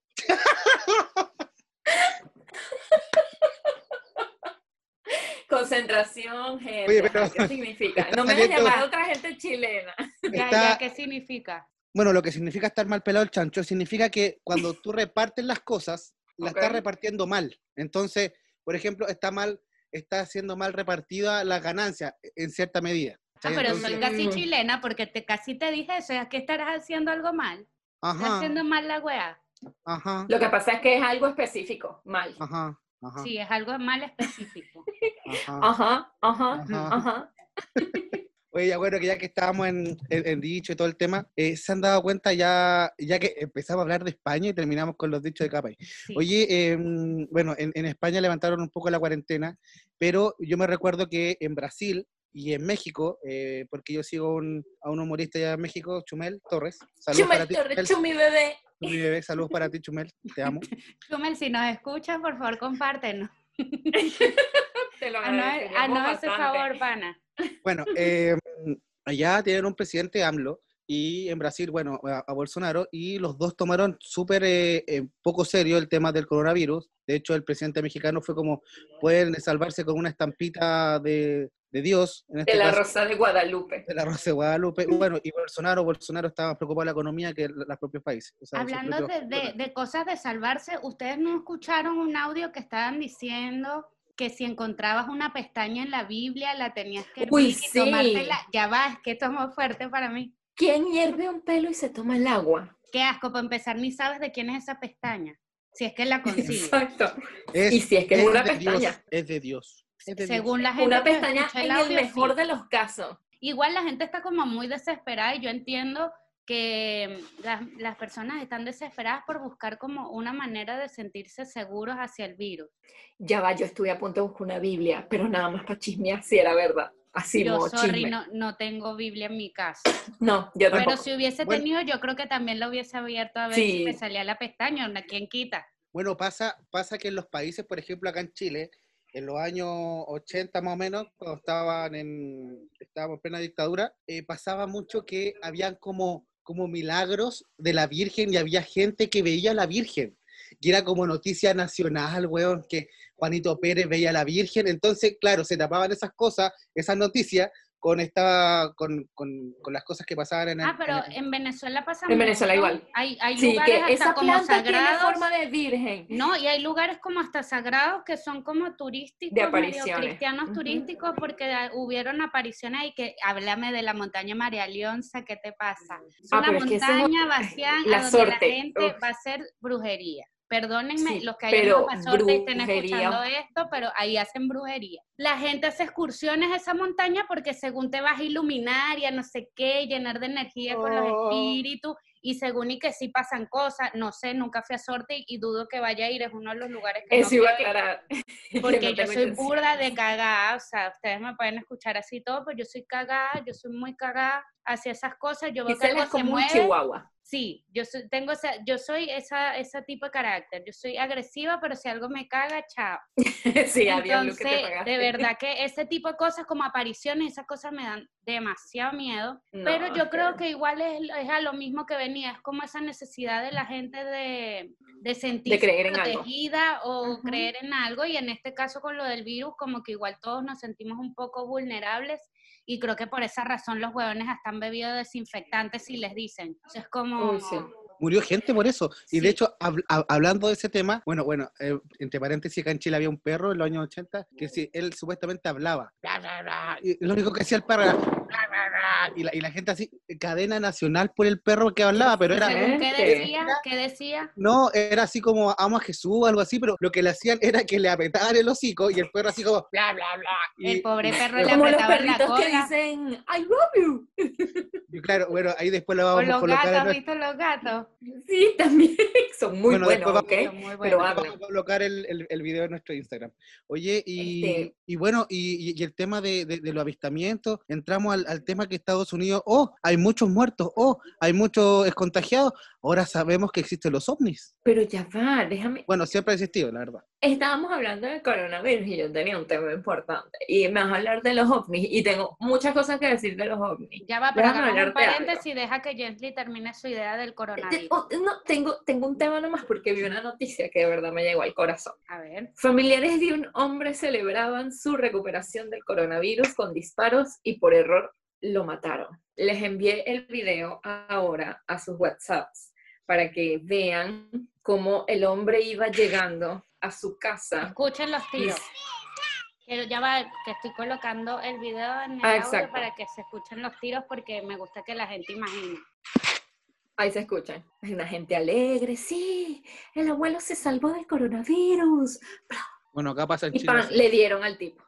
Speaker 3: Concentración, gente.
Speaker 1: Oye, pero-
Speaker 3: ajá, ¿Qué significa?
Speaker 1: está
Speaker 3: No me vas a
Speaker 1: saliendo-
Speaker 3: llamar a otra gente chilena.
Speaker 2: Ya,
Speaker 1: está-
Speaker 2: ya, ¿qué significa?
Speaker 1: Bueno, lo que significa estar mal pelado el chancho significa que cuando tú repartes las cosas, las
Speaker 3: Ok.
Speaker 1: estás repartiendo mal. Entonces, por ejemplo, está mal, está siendo mal repartida la ganancia e, en cierta medida.
Speaker 2: Ah,
Speaker 1: ¿cachai?
Speaker 2: pero soy
Speaker 1: Entonces,
Speaker 2: casi
Speaker 3: Mm.
Speaker 2: chilena porque te, casi te dije eso. Es que estarás haciendo algo mal. Estás
Speaker 1: Ajá,
Speaker 2: haciendo mal la weá.
Speaker 1: ajá,
Speaker 3: Lo que pasa es que es algo específico, mal.
Speaker 1: ajá, ajá,
Speaker 2: Sí, es algo mal específico.
Speaker 1: ajá,
Speaker 3: Ajá, ajá,
Speaker 1: ajá.
Speaker 2: mm,
Speaker 3: ajá.
Speaker 1: Oye, ya bueno, que ya que estábamos en, en- en dicho y todo el tema, eh, se han dado cuenta ya, ya que empezamos a hablar de España y terminamos con los dichos de cada país.
Speaker 2: Sí.
Speaker 1: Oye, em, bueno, en, en España levantaron un poco la cuarentena, pero yo me recuerdo que en Brasil y en México, eh, porque yo sigo un- a un humorista allá en México, Chumel Torres. Saludos para
Speaker 3: Chumel
Speaker 1: ti,
Speaker 3: Torres,
Speaker 1: Chumel.
Speaker 3: chumi bebé.
Speaker 1: mi bebé, saludos para ti, Chumel. Te amo.
Speaker 2: Chumel, si nos escuchas, por favor, compártenos.
Speaker 3: Te lo
Speaker 2: Ah, no, ese favor, pana.
Speaker 1: Bueno, em, allá tienen un presidente AMLO y en Brasil, bueno, a, a Bolsonaro, y los dos tomaron súper eh, eh, poco serio el tema del coronavirus. De hecho, el presidente mexicano fue como, pueden salvarse con una estampita de, de Dios. En este
Speaker 3: De la
Speaker 1: caso.
Speaker 3: Rosa de Guadalupe.
Speaker 1: de la Rosa de Guadalupe. Y Bueno, y Bolsonaro, Bolsonaro estaba más preocupado de la economía que la- los propios países. o sea, sus
Speaker 2: Hablando de,
Speaker 1: propios-
Speaker 2: de- de cosas de salvarse, ¿ustedes no escucharon un audio que estaban diciendo que si encontrabas una pestaña en la Biblia la tenías que
Speaker 3: Uy,
Speaker 2: hervir y
Speaker 3: sí.
Speaker 2: tomártela? Ya va, es que esto es muy fuerte para mí.
Speaker 3: ¿Quién hierve un pelo y se toma el agua?
Speaker 2: Qué asco, para empezar ni sabes de quién es esa pestaña, si es que la consigues.
Speaker 3: Exacto.
Speaker 1: Es,
Speaker 3: y si es que es una
Speaker 1: de
Speaker 3: pestaña.
Speaker 1: Dios, es de Dios. es de Dios.
Speaker 2: Según la gente
Speaker 3: Una
Speaker 2: que
Speaker 3: pestaña
Speaker 2: escucha
Speaker 3: en el
Speaker 2: audio, sí.
Speaker 3: mejor de los casos.
Speaker 2: Igual la gente está como muy desesperada y yo entiendo que mm, las, las personas están desesperadas por buscar como una manera de sentirse seguros hacia el virus.
Speaker 3: Ya va, yo estuve a punto de buscar una Biblia, pero nada más para chismear si era verdad. Así
Speaker 2: yo,
Speaker 3: modo
Speaker 2: sorry,
Speaker 3: chisme.
Speaker 2: no, no tengo Biblia en mi casa.
Speaker 3: No, yo
Speaker 2: Pero
Speaker 3: tampoco.
Speaker 2: si hubiese
Speaker 1: Bueno.
Speaker 2: tenido, yo creo que también la hubiese abierto a ver
Speaker 3: Sí.
Speaker 2: si me salía la pestaña, ¿a quién quita?
Speaker 1: Bueno, pasa, pasa que en los países, por ejemplo, acá en Chile, en los años 80 más o menos, cuando estaban en, estábamos en plena dictadura, eh, pasaba mucho que habían como, como milagros de la Virgen y había gente que veía a la Virgen. Y era como noticia nacional, weón, que Juanito Pérez veía a la Virgen. Entonces, claro, se tapaban esas cosas, esas noticias, con, esta, con, con- con las cosas que pasaban en el...
Speaker 2: Ah, pero
Speaker 1: en el-
Speaker 2: en Venezuela pasa
Speaker 3: En Venezuela
Speaker 2: mucho.
Speaker 3: igual.
Speaker 2: Hay, hay
Speaker 3: Sí,
Speaker 2: lugares
Speaker 3: que esa
Speaker 2: hasta como
Speaker 3: planta tiene
Speaker 2: sagrados.
Speaker 3: forma de virgen.
Speaker 2: No, y hay lugares como hasta sagrados que son como turísticos,
Speaker 3: De
Speaker 2: medio
Speaker 3: apariciones.
Speaker 2: cristianos
Speaker 3: Ujú.
Speaker 2: turísticos, porque da- hubieron apariciones ahí que, háblame de la montaña María Leonza, ¿qué te pasa? Es
Speaker 3: Ah,
Speaker 2: una
Speaker 3: pero es que esa es
Speaker 2: montaña vacía a
Speaker 3: la
Speaker 2: donde
Speaker 3: sorte.
Speaker 2: la gente
Speaker 3: Uf.
Speaker 2: va a hacer brujería. Perdónenme
Speaker 3: Sí,
Speaker 2: los que hayan
Speaker 3: pero
Speaker 2: ido a Sorte y estén
Speaker 3: brujería.
Speaker 2: escuchando esto, pero ahí hacen brujería. La gente hace excursiones a esa montaña porque según te vas a iluminar y a no sé qué, llenar de energía con los
Speaker 1: Oh.
Speaker 2: espíritus y según y que sí pasan cosas, no sé, nunca fui a sorte y, y dudo que vaya a ir, es uno de los lugares que
Speaker 3: Eso
Speaker 2: no
Speaker 3: iba a
Speaker 2: quiero ir,
Speaker 3: aclarar.
Speaker 2: porque
Speaker 3: No
Speaker 2: yo
Speaker 3: tengo
Speaker 2: soy
Speaker 3: intención.
Speaker 2: burda de cagada, o sea, ustedes me pueden escuchar así y todo, pero yo soy cagada, yo soy muy cagada hacia esas cosas, yo veo que
Speaker 3: Gisela
Speaker 2: algo
Speaker 3: es
Speaker 2: se
Speaker 3: como un
Speaker 2: mueve,
Speaker 3: chihuahua.
Speaker 2: sí, yo soy, tengo esa, yo soy esa, ese tipo de carácter, yo soy agresiva, pero si algo me caga, chao.
Speaker 3: sí, había algo que te
Speaker 2: Entonces,
Speaker 3: pagaste.
Speaker 2: de verdad que ese tipo de cosas como apariciones, esas cosas me dan demasiado miedo.
Speaker 3: No,
Speaker 2: pero yo creo
Speaker 3: pero-
Speaker 2: que igual es, es a lo mismo que venía, es como esa necesidad de la gente de, de sentirse
Speaker 3: creer en algo.
Speaker 2: protegida o
Speaker 3: Ujú.
Speaker 2: creer en algo. Y en este caso con lo del virus, como que igual todos nos sentimos un poco vulnerables. Y creo que por esa razón los huevones hasta han bebido desinfectantes y les dicen. Entonces es como...
Speaker 3: Uy, sí.
Speaker 1: Murió gente por eso. Y
Speaker 2: Sí.
Speaker 1: de hecho, hab- hab- hablando de ese tema, bueno, bueno, eh, entre paréntesis, acá en Chile había un perro en los años 80 que sí, él supuestamente hablaba. Bla, bla, bla. Y lo único que hacía el perro era. bla, bla, bla. Y la, y la gente así, cadena nacional por el perro que hablaba, pero era.
Speaker 2: Según qué
Speaker 3: Realmente.
Speaker 2: decía, qué decía.
Speaker 1: No, era así como amo a Jesús o algo así, pero lo que le hacían era que le apretaban el hocico y el perro así como. Bla, bla, bla. Y-
Speaker 2: El pobre perro le
Speaker 1: Pero
Speaker 3: Como los
Speaker 2: apretaba la
Speaker 3: perritos que
Speaker 2: cola.
Speaker 3: dicen, I love you.
Speaker 1: y claro, bueno, ahí después lo
Speaker 2: O
Speaker 1: vamos a
Speaker 2: los
Speaker 1: colocar.
Speaker 2: gatos,
Speaker 1: en
Speaker 2: ¿has
Speaker 1: nuestro-
Speaker 2: visto los gatos?
Speaker 3: Sí, también. Son muy
Speaker 1: Bueno,
Speaker 3: buenos, ¿ok?
Speaker 1: después
Speaker 2: Son muy
Speaker 3: Pero
Speaker 2: buenos.
Speaker 3: habla.
Speaker 1: Vamos a colocar el, el- el video en nuestro Instagram. Oye, y,
Speaker 3: Este-
Speaker 1: y bueno, y, y- y el tema de, de- de los avistamientos, entramos al, al tema que Estados Unidos, oh, hay muchos muertos, oh, hay muchos eh, contagiados, ahora sabemos que existen los ovnis.
Speaker 3: Pero ya va, déjame.
Speaker 1: Bueno, siempre ha existido, la verdad.
Speaker 3: Estábamos hablando del coronavirus y yo tenía un tema importante. Y me vas a hablar de los ovnis. Y tengo muchas cosas que decir de los ovnis.
Speaker 2: Ya va, pero
Speaker 3: Déjame
Speaker 2: hagamos un
Speaker 3: hablarte algo.
Speaker 2: paréntesis y deja que Gently termine su idea del
Speaker 3: Te-
Speaker 2: coronavirus.
Speaker 3: oh, no, tengo, tengo un tema nomás porque vi una noticia que de verdad me llegó al corazón.
Speaker 2: A ver.
Speaker 3: Familiares de un hombre celebraban su recuperación del coronavirus con disparos y por error lo mataron. Les envié el video ahora a sus WhatsApps para que vean cómo el hombre iba llegando a su casa.
Speaker 2: Escuchen los tiros.
Speaker 3: Mis-
Speaker 2: Pero ya va, que estoy colocando el video en el
Speaker 3: Ah,
Speaker 2: audio
Speaker 3: exacto.
Speaker 2: para que se escuchen los tiros porque me gusta que la gente imagine.
Speaker 3: Ahí se escuchan. Hay una gente alegre, sí, el abuelo se salvó del coronavirus.
Speaker 1: Bueno, acá pasa en
Speaker 3: Y
Speaker 1: Chile.
Speaker 3: pan,
Speaker 1: sí.
Speaker 3: le dieron al tipo.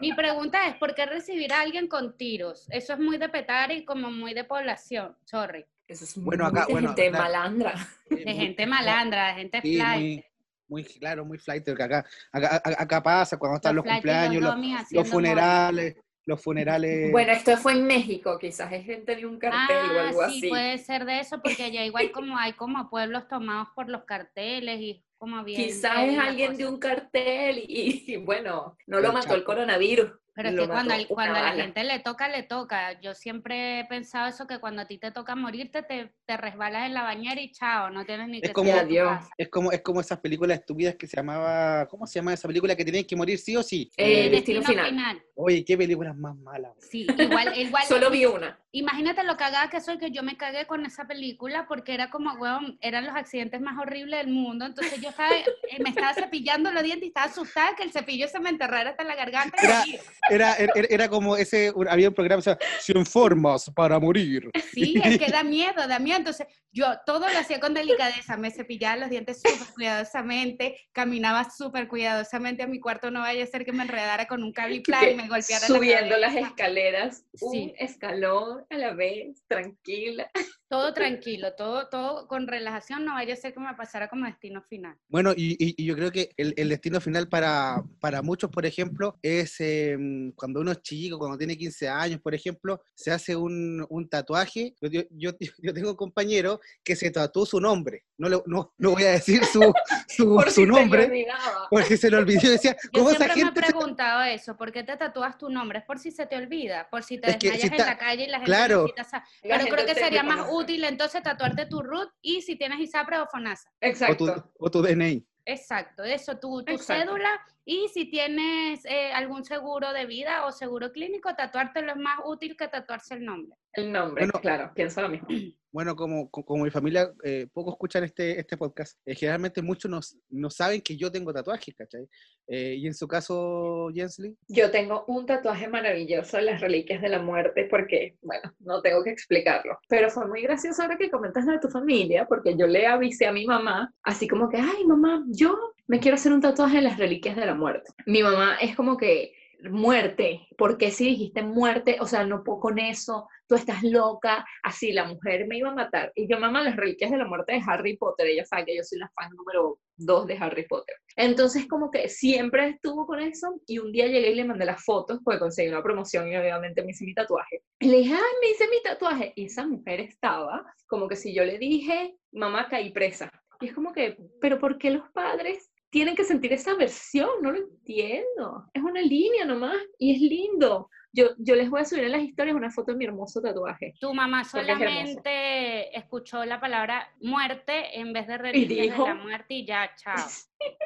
Speaker 2: Mi pregunta es, ¿por qué recibir a alguien con tiros? Eso es muy de petar y como muy de población. Sorry.
Speaker 3: Eso es
Speaker 1: Bueno,
Speaker 3: muy
Speaker 1: acá-
Speaker 3: de
Speaker 1: bueno,
Speaker 3: gente
Speaker 1: claro.
Speaker 3: malandra.
Speaker 2: De
Speaker 1: Muy-
Speaker 2: gente malandra, de gente
Speaker 1: sí,
Speaker 2: fly.
Speaker 1: muy, muy, claro, muy flight, que acá, acá, acá pasa cuando están los,
Speaker 2: flighties,
Speaker 1: cumpleaños, los,
Speaker 2: dummies
Speaker 1: los
Speaker 2: haciendo
Speaker 1: funerales, los funerales.
Speaker 3: Bueno, esto fue en México, quizás es gente de un cartel o algo
Speaker 2: Ah, sí,
Speaker 3: así.
Speaker 2: puede ser de eso, porque allá igual como hay como pueblos tomados por los carteles y como bien...
Speaker 3: Quizás es alguien de un cartel y, y bueno, no lo
Speaker 1: El
Speaker 3: mató
Speaker 1: Chapo.
Speaker 3: el coronavirus.
Speaker 2: Pero es
Speaker 3: lo
Speaker 2: que cuando,
Speaker 3: mató
Speaker 2: al- cuando a
Speaker 3: una
Speaker 2: la
Speaker 3: bala.
Speaker 2: gente le toca, le toca. Yo siempre he pensado eso, que cuando a ti te toca morirte, te, te resbalas en la bañera y chao, no tienes ni
Speaker 1: Es
Speaker 2: que
Speaker 1: como-
Speaker 2: salir de tu
Speaker 3: Adiós.
Speaker 2: casa.
Speaker 1: Es como, es como esas películas estúpidas que se llamaba. ¿Cómo se llama esa película que tenías que morir sí o sí?
Speaker 3: Eh,
Speaker 1: Eh,
Speaker 3: Destino Final.
Speaker 1: oye, qué películas más malas.
Speaker 2: Sí, igual, igual
Speaker 3: Solo vi una.
Speaker 2: Imagínate lo cagada que soy que yo me cagué con esa película porque era como, weón, eran los accidentes más horribles del mundo. Entonces yo estaba, eh, me estaba cepillando los dientes y estaba asustada que el cepillo se me enterrara hasta la garganta.
Speaker 1: Era, era, era, era como ese. un- había un programa que se llama Cien formas para morir.
Speaker 2: Sí, es que da miedo, da miedo. Entonces Yo todo lo hacía con delicadeza, me cepillaba los dientes súper cuidadosamente, caminaba súper cuidadosamente a mi cuarto, no vaya a ser que me enredara con un cable y me golpeara
Speaker 3: Subiendo
Speaker 2: la
Speaker 3: las
Speaker 2: cabeza.
Speaker 3: escaleras, un
Speaker 2: Sí.
Speaker 3: escalón a la vez, tranquila.
Speaker 2: Todo tranquilo, todo, todo con relajación, no vaya a ser que me pasara como destino final.
Speaker 1: Bueno, y, y- y yo creo que el, el destino final para, para muchos, por ejemplo, es em, cuando uno es chico, cuando tiene 15 años, por ejemplo, se hace un, un tatuaje. Yo, yo- yo- yo tengo un compañero que se tatuó su nombre. No, lo- no, no voy a decir su, su, su
Speaker 3: Por si se le
Speaker 1: nombre,
Speaker 3: olvidaba.
Speaker 1: porque se lo olvidó y decía,
Speaker 2: Yo
Speaker 1: ¿cómo esa
Speaker 2: siempre me he
Speaker 1: gente se
Speaker 2: preguntado eso, ¿por qué te tatúas tu nombre? Es por si se te olvida, por si te
Speaker 1: Es que
Speaker 2: desmayas
Speaker 1: si
Speaker 2: en
Speaker 1: está-
Speaker 2: la calle y la gente
Speaker 1: claro.
Speaker 2: necesita sa-
Speaker 3: La
Speaker 2: Pero
Speaker 3: gente
Speaker 2: creo que
Speaker 3: te
Speaker 2: sería más
Speaker 3: reconoce.
Speaker 2: útil entonces tatuarte tu root y si tienes ISAPRE o FONASA.
Speaker 1: o tu,
Speaker 3: Exacto.
Speaker 1: o tu DNI?
Speaker 2: Exacto, eso, tu, tu
Speaker 3: Exacto.
Speaker 2: cédula y si tienes eh, algún seguro de vida o seguro clínico, tatuártelo es más útil que tatuarse el nombre.
Speaker 3: El nombre,
Speaker 1: Bueno.
Speaker 3: claro, pienso lo mismo.
Speaker 1: Bueno, como, co- como mi familia eh, poco escuchan este, este podcast, eh, generalmente muchos no, s- no saben que yo tengo tatuajes, ¿cachai? Eh, y en su caso, Jensly,
Speaker 3: Yo tengo un tatuaje maravilloso de las reliquias de la muerte porque, bueno, no tengo que explicarlo. Pero fue muy gracioso ahora que comentas lo de tu familia porque yo le avisé a mi mamá, así como que, ay, mamá, yo me quiero hacer un tatuaje de las reliquias de la muerte. Mi mamá es como que, muerte, porque si dijiste muerte, o sea, no puedo con eso, tú estás loca, así la mujer me iba a matar. Y yo, mamá, las reliquias de la muerte de Harry Potter, ella sabe que yo soy la fan número dos de Harry Potter. Entonces, como que siempre estuvo con eso. Y un día llegué y le mandé las fotos porque conseguí una promoción y obviamente me hice mi tatuaje. Y le dije, ay, me hice mi tatuaje. Y esa mujer estaba como que si yo le dije, mamá, caí presa. Y es como que, pero ¿por qué los padres tienen que sentir esa versión? No lo entiendo. Es una línea nomás y es lindo. Yo, yo les voy a subir en las historias una foto de mi hermoso tatuaje.
Speaker 2: Tu mamá
Speaker 3: Porque es hermoso.
Speaker 2: solamente escuchó la palabra muerte en vez de religión
Speaker 3: dijo-
Speaker 2: de la muerte y ya, chao.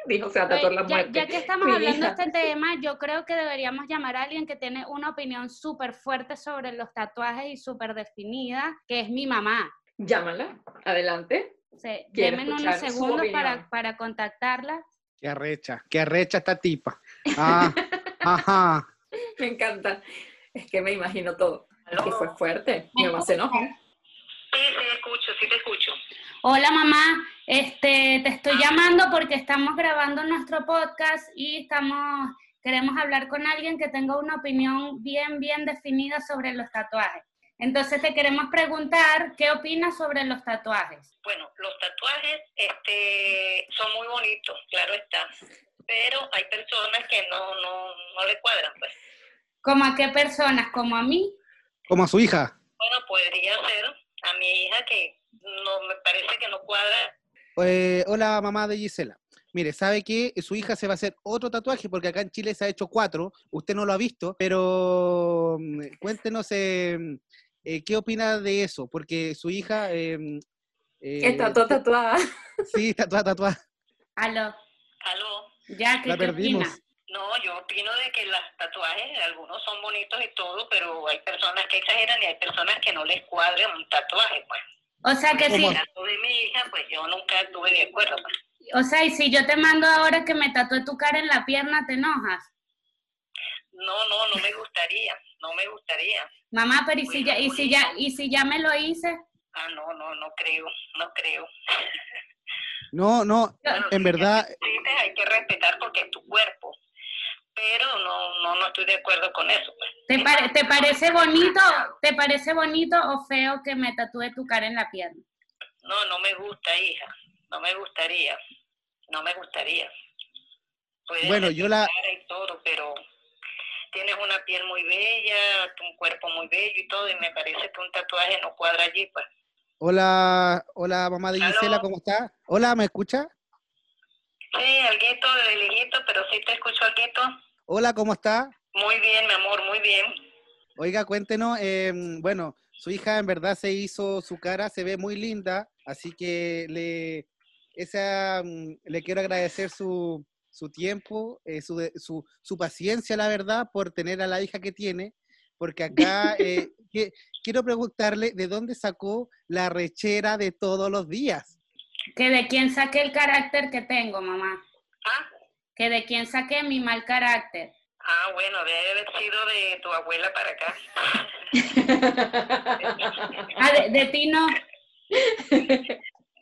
Speaker 3: Dijo, o sea,
Speaker 2: Oye,
Speaker 3: tatuar la
Speaker 2: ya,
Speaker 3: muerte.
Speaker 2: ya que estamos
Speaker 3: Mi
Speaker 2: hablando
Speaker 3: hija.
Speaker 2: de este tema, yo creo que deberíamos llamar a alguien que tiene una opinión súper fuerte sobre los tatuajes y súper definida, que es mi mamá.
Speaker 3: Llámala, adelante.
Speaker 2: O sea,
Speaker 3: Quiero
Speaker 2: denme unos
Speaker 3: escuchar su
Speaker 2: segundos para,
Speaker 3: opinión.
Speaker 2: para contactarla.
Speaker 1: qué arrecha, qué arrecha esta tipa. Ah, ajá.
Speaker 3: Me encanta. Es que me imagino todo. Que fue fuerte. Mi mamá se enojó.
Speaker 4: Sí, te escucho, sí te escucho.
Speaker 2: Hola mamá, este, te estoy llamando porque estamos grabando nuestro podcast y estamos, queremos hablar con alguien que tenga una opinión bien, bien definida sobre los tatuajes. Entonces te queremos preguntar qué opinas sobre los tatuajes.
Speaker 4: Bueno, los tatuajes este, son muy bonitos, claro está, pero hay personas que no, no, no le cuadran. Pues.
Speaker 2: ¿Como a qué personas? ¿Como a mí?
Speaker 1: Como a su hija.
Speaker 4: Bueno, podría ser a mi hija que no me parece que no cuadra.
Speaker 1: Eh, hola, mamá de Gisela. Mire, sabe que su hija se va a hacer otro tatuaje porque acá en Chile se ha hecho cuatro. Usted no lo ha visto, pero mm, cuéntenos eh, eh, qué opina de eso, porque su hija. eh, eh,
Speaker 3: Está toda tatuada.
Speaker 1: Sí, está toda tatuada.
Speaker 2: Aló,
Speaker 4: Aló.
Speaker 2: ya que
Speaker 1: La perdimos.
Speaker 4: No, yo opino de que los tatuajes, algunos son bonitos y todo, pero hay personas que exageran y hay personas que no les cuadra un tatuaje. Pues.
Speaker 2: O sea que
Speaker 1: ¿Cómo?
Speaker 2: sí,
Speaker 4: En el caso de mi hija, pues yo nunca estuve de acuerdo. pues.
Speaker 2: o sea, y si yo te mando ahora que me tatúe tu cara en la pierna, ¿te enojas?
Speaker 4: No, no, no me gustaría, no me gustaría.
Speaker 2: Mamá, pero y si ya, y si ya, y si ya me lo hice,
Speaker 4: Ah, no, no, no creo, no creo.
Speaker 1: No, no,
Speaker 4: Bueno,
Speaker 1: en
Speaker 4: si
Speaker 1: verdad,
Speaker 4: te sientes, hay que respetar porque es tu cuerpo, pero no, no, no estoy de acuerdo con eso. pues.
Speaker 2: ¿te, pare- te parece bonito, te parece bonito o feo que me tatúe tu cara en la pierna?
Speaker 4: No, no me gusta, hija, no me gustaría, no me gustaría. Puedes
Speaker 1: bueno, yo la,
Speaker 4: respetar y todo, pero tienes una piel muy bella, un cuerpo muy bello y todo, y me parece que un tatuaje no cuadra allí, pues.
Speaker 1: Hola, hola mamá de
Speaker 4: Aló.
Speaker 1: Gisela, ¿cómo está? Hola, ¿me escucha?
Speaker 4: Sí, alguito de lejito, pero sí te escucho alguito.
Speaker 1: Hola, ¿cómo está?
Speaker 4: Muy bien, mi amor, muy bien.
Speaker 1: Oiga, cuéntenos, eh, bueno, su hija en verdad se hizo su cara, se ve muy linda, así que le, esa, mm, le quiero agradecer su, su tiempo, eh, su, de- su, su paciencia, la verdad, por tener a la hija que tiene, porque acá eh, que- quiero preguntarle de dónde sacó la rechera de todos los días.
Speaker 2: Que de quién saqué el carácter que tengo, mamá.
Speaker 4: Ah,
Speaker 2: Que de quién saqué mi mal carácter.
Speaker 4: Ah, bueno, debe haber sido de tu abuela para acá.
Speaker 2: Ah, de, de ti no.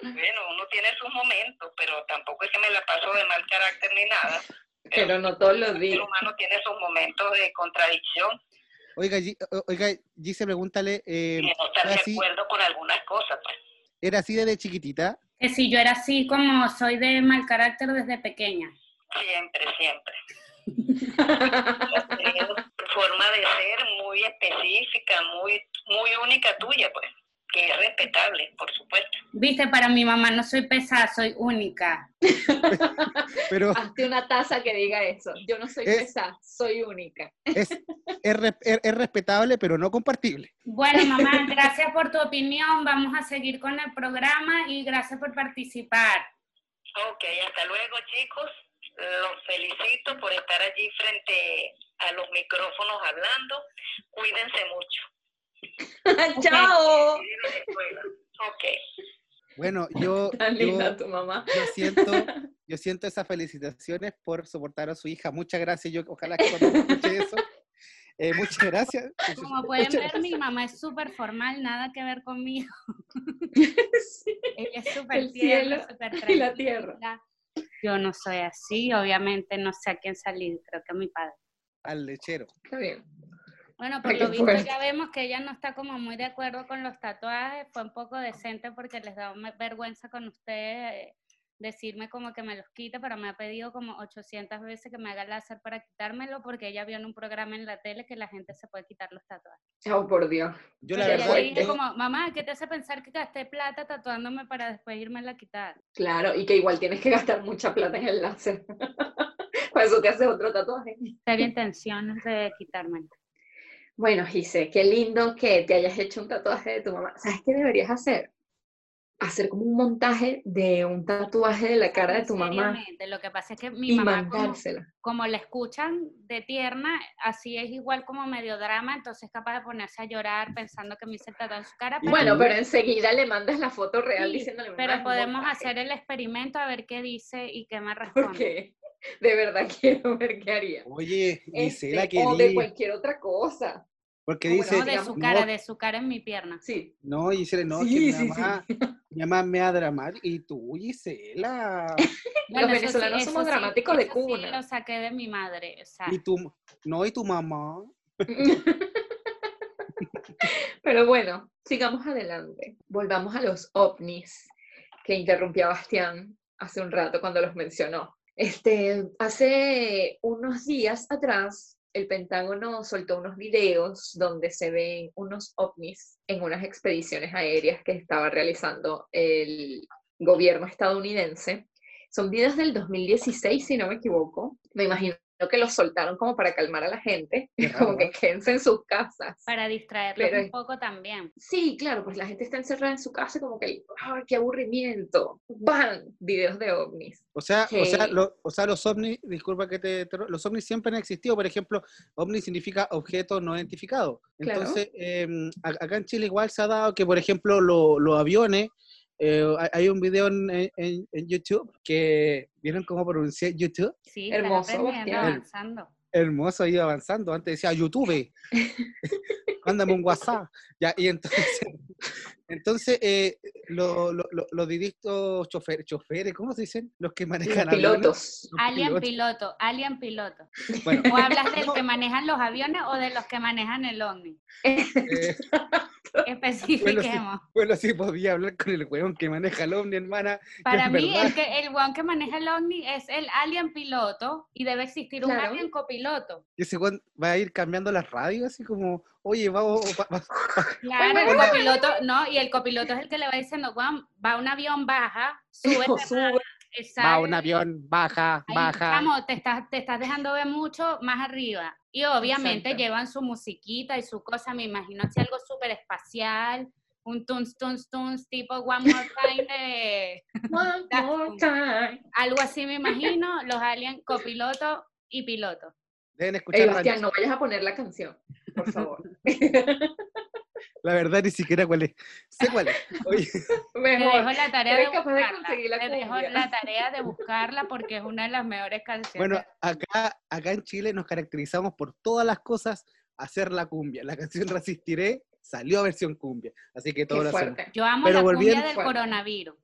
Speaker 4: Bueno, uno tiene sus momentos, pero tampoco es que me la paso de mal carácter ni nada.
Speaker 3: Pero no todos los
Speaker 4: El
Speaker 3: días.
Speaker 4: humano tiene sus momentos de contradicción
Speaker 1: Oiga, Gi- oiga, Gise, pregúntale, eh,
Speaker 4: y de no estar
Speaker 1: ahora
Speaker 4: de
Speaker 1: sí.
Speaker 4: acuerdo con algunas cosas. Pues.
Speaker 1: ¿era así desde chiquitita?
Speaker 2: Que si yo era así como soy de mal carácter desde pequeña.
Speaker 4: Siempre, siempre. Tiene una forma de ser muy específica, muy, muy única tuya, pues, que es respetable, por supuesto.
Speaker 2: Viste, para mi mamá no soy pesada, soy única.
Speaker 1: Pero
Speaker 3: Hazte una taza que diga eso. Yo no soy
Speaker 1: Es-
Speaker 3: pesada, soy única.
Speaker 1: es, es, re- es- es respetable, pero no compartible.
Speaker 2: Bueno, mamá, gracias por tu opinión. Vamos a seguir con el programa y gracias por participar.
Speaker 4: Ok, hasta luego chicos. Los felicito por estar allí frente a los micrófonos hablando. Cuídense mucho.
Speaker 3: ¡Chao!
Speaker 4: Cuiden la escuela. Ok.
Speaker 1: Bueno, yo,
Speaker 3: Tan
Speaker 1: yo,
Speaker 3: linda tu mamá.
Speaker 1: yo siento, yo siento esas felicitaciones por soportar a su hija. Muchas gracias. Yo ojalá que cuando escuche eso. eh, muchas gracias.
Speaker 2: Como pueden
Speaker 1: Muchas
Speaker 2: ver, mi mamá es súper formal, nada que ver conmigo.
Speaker 3: Sí.
Speaker 2: Ella es súper
Speaker 3: El cielo
Speaker 2: tierna, súper
Speaker 3: y la tierra.
Speaker 2: tranquila. Yo no soy así, obviamente no sé a quién salir, creo que a mi padre.
Speaker 1: Al lechero.
Speaker 3: Está bien.
Speaker 2: Bueno, por
Speaker 3: Ay,
Speaker 2: lo
Speaker 3: qué
Speaker 2: visto
Speaker 3: fuerte.
Speaker 2: ya vemos que ella no está como muy de acuerdo con los tatuajes, fue un poco decente porque les da me- vergüenza con ustedes eh, decirme como que me los quita, pero me ha pedido como 800 veces que me haga láser para quitármelo porque ella vio en un programa en la tele que la gente se puede quitar los tatuajes.
Speaker 3: Chao, por Dios.
Speaker 1: Yo
Speaker 2: Y
Speaker 1: la
Speaker 3: Pero
Speaker 2: ella
Speaker 1: verdad,
Speaker 2: le dije
Speaker 1: yo-
Speaker 2: como, mamá, ¿qué te hace pensar que gasté plata tatuándome para después irme a quitar?
Speaker 3: Claro, y que igual tienes que gastar mucha plata en el láser. Por eso te haces otro tatuaje.
Speaker 2: Sería intenciones de quitármelo.
Speaker 3: Bueno, Gise, qué lindo que te hayas hecho un tatuaje de tu mamá. ¿Sabes qué deberías hacer? Hacer como un montaje de un tatuaje de la cara de tu mamá
Speaker 2: Seriamente, Lo que pasa es que mi
Speaker 3: y
Speaker 2: mamá como-
Speaker 3: mandársela.
Speaker 2: como la escuchan de tierna, así es igual como medio drama, entonces es capaz de ponerse a llorar pensando que me hice el tatuaje en su cara. Pero,
Speaker 3: Bueno, pero enseguida le mandas la foto real
Speaker 2: Sí,
Speaker 3: diciéndole
Speaker 2: pero
Speaker 3: "Mamá, es un
Speaker 2: podemos
Speaker 3: montaje".
Speaker 2: hacer el experimento a ver qué dice y qué me responde.
Speaker 3: Porque de verdad quiero ver qué haría.
Speaker 1: Oye, Gisela,
Speaker 3: Este, o de
Speaker 1: querida,
Speaker 3: cualquier otra cosa.
Speaker 1: porque
Speaker 3: o bueno,
Speaker 1: dice,
Speaker 2: No, de su
Speaker 1: no,
Speaker 2: cara, de su cara en mi pierna.
Speaker 3: Sí.
Speaker 1: No, Gisela, no,
Speaker 3: Sí,
Speaker 1: que
Speaker 3: sí, sí.
Speaker 1: mi mamá, mi mamá me ha dramático. Y tú, Gisela.
Speaker 2: Bueno, eso sí,
Speaker 3: venezolanos
Speaker 2: eso
Speaker 3: somos
Speaker 2: sí,
Speaker 3: dramáticos de
Speaker 2: eso sí
Speaker 3: cuna.
Speaker 2: lo saqué de mi madre, o sea,
Speaker 1: Y tu, no, y tu mamá.
Speaker 3: Pero bueno, sigamos adelante. Volvamos a los ovnis que interrumpió a Bastián hace un rato cuando los mencionó. Este, hace unos días atrás, el Pentágono soltó unos videos donde se ven unos ovnis en unas expediciones aéreas que estaba realizando el gobierno estadounidense. Son videos del 2016, si no me equivoco. Me imagino que los soltaron como para calmar a la gente,
Speaker 1: Qué raro,
Speaker 3: como que quédense en sus casas.
Speaker 2: para distraerlos
Speaker 3: Pero-
Speaker 2: un poco también.
Speaker 3: Sí, claro, pues la gente está encerrada en su casa y como que, ¡ah, qué aburrimiento! ¡Bam! Videos de ovnis.
Speaker 1: O sea, o sea,
Speaker 3: Sí.
Speaker 1: lo- o sea, los ovnis, disculpa que te, te- los ovnis siempre han existido. Por ejemplo, ovni significa objeto no identificado.
Speaker 3: Claro.
Speaker 1: Entonces, em, a- acá en Chile igual se ha dado que, por ejemplo, lo- los aviones, eh, hay- hay un video en, en- en YouTube que, ¿vieron cómo pronuncié YouTube?
Speaker 2: Sí, estás
Speaker 3: Hermoso,
Speaker 2: aprendiendo,
Speaker 3: Bastián.
Speaker 2: avanzando.
Speaker 1: Hermoso, ha ido avanzando. Antes decía YouTube. Mándame un WhatsApp. Ya, y entonces, entonces eh, lo- lo- lo- los directos choferes, choferes, ¿cómo se dicen? Los que
Speaker 3: Los
Speaker 1: manejan aviones,
Speaker 3: pilotos.
Speaker 1: los
Speaker 2: Alien
Speaker 1: pilotos.
Speaker 2: piloto, alien piloto.
Speaker 1: Bueno,
Speaker 2: ¿O hablas del
Speaker 1: No.
Speaker 2: que manejan los aviones o de los que manejan el ovni?
Speaker 1: eh,
Speaker 2: Especifiquemos.
Speaker 1: bueno, sí podía hablar con el weón que maneja el ovni, hermana.
Speaker 2: Para
Speaker 1: en
Speaker 2: mí,
Speaker 1: verdad-
Speaker 2: el, que, el one que maneja el ovni es el alien piloto y debe existir un
Speaker 3: Claro.
Speaker 2: alien copiloto.
Speaker 1: Y ese weón va a ir cambiando las radios, así como, oye, vamos, va- va-
Speaker 2: Claro, el copiloto, no, y el copiloto es el que le va diciendo, Juan, va un avión baja, sube,
Speaker 3: O sube.
Speaker 1: va un avión, baja, baja.
Speaker 2: Vamos, te estás, te estás dejando ver mucho más arriba. Y obviamente
Speaker 3: Exacto.
Speaker 2: llevan su musiquita y su cosa, me imagino así algo súper espacial, un tuns, tuns, tuns, tipo One More Time de...
Speaker 3: One
Speaker 2: That's
Speaker 3: more
Speaker 2: cool.
Speaker 3: time.
Speaker 2: Algo así me imagino, los aliens copiloto y piloto.
Speaker 1: Deben
Speaker 3: Ey,
Speaker 1: escuchar radio.
Speaker 3: Bastián, no vayas a poner la canción, por favor.
Speaker 1: La verdad, ni siquiera cuál es. Sé cuál es. Oye,
Speaker 2: Te dejo
Speaker 3: Mejor.
Speaker 2: la tarea de
Speaker 3: eres capaz de
Speaker 2: buscarla.
Speaker 3: conseguir la
Speaker 2: Te dejo
Speaker 3: cumbia.
Speaker 2: la tarea de buscarla porque es una de las mejores canciones.
Speaker 1: Bueno, acá, acá en Chile nos caracterizamos por todas las cosas hacer la cumbia. La canción Resistiré salió versión cumbia. Así que todo
Speaker 3: Qué
Speaker 1: lo hacemos.
Speaker 3: fuerte.
Speaker 2: Yo amo
Speaker 1: Pero
Speaker 2: la cumbia
Speaker 1: volviendo-
Speaker 2: del
Speaker 3: Fuerte.
Speaker 2: coronavirus.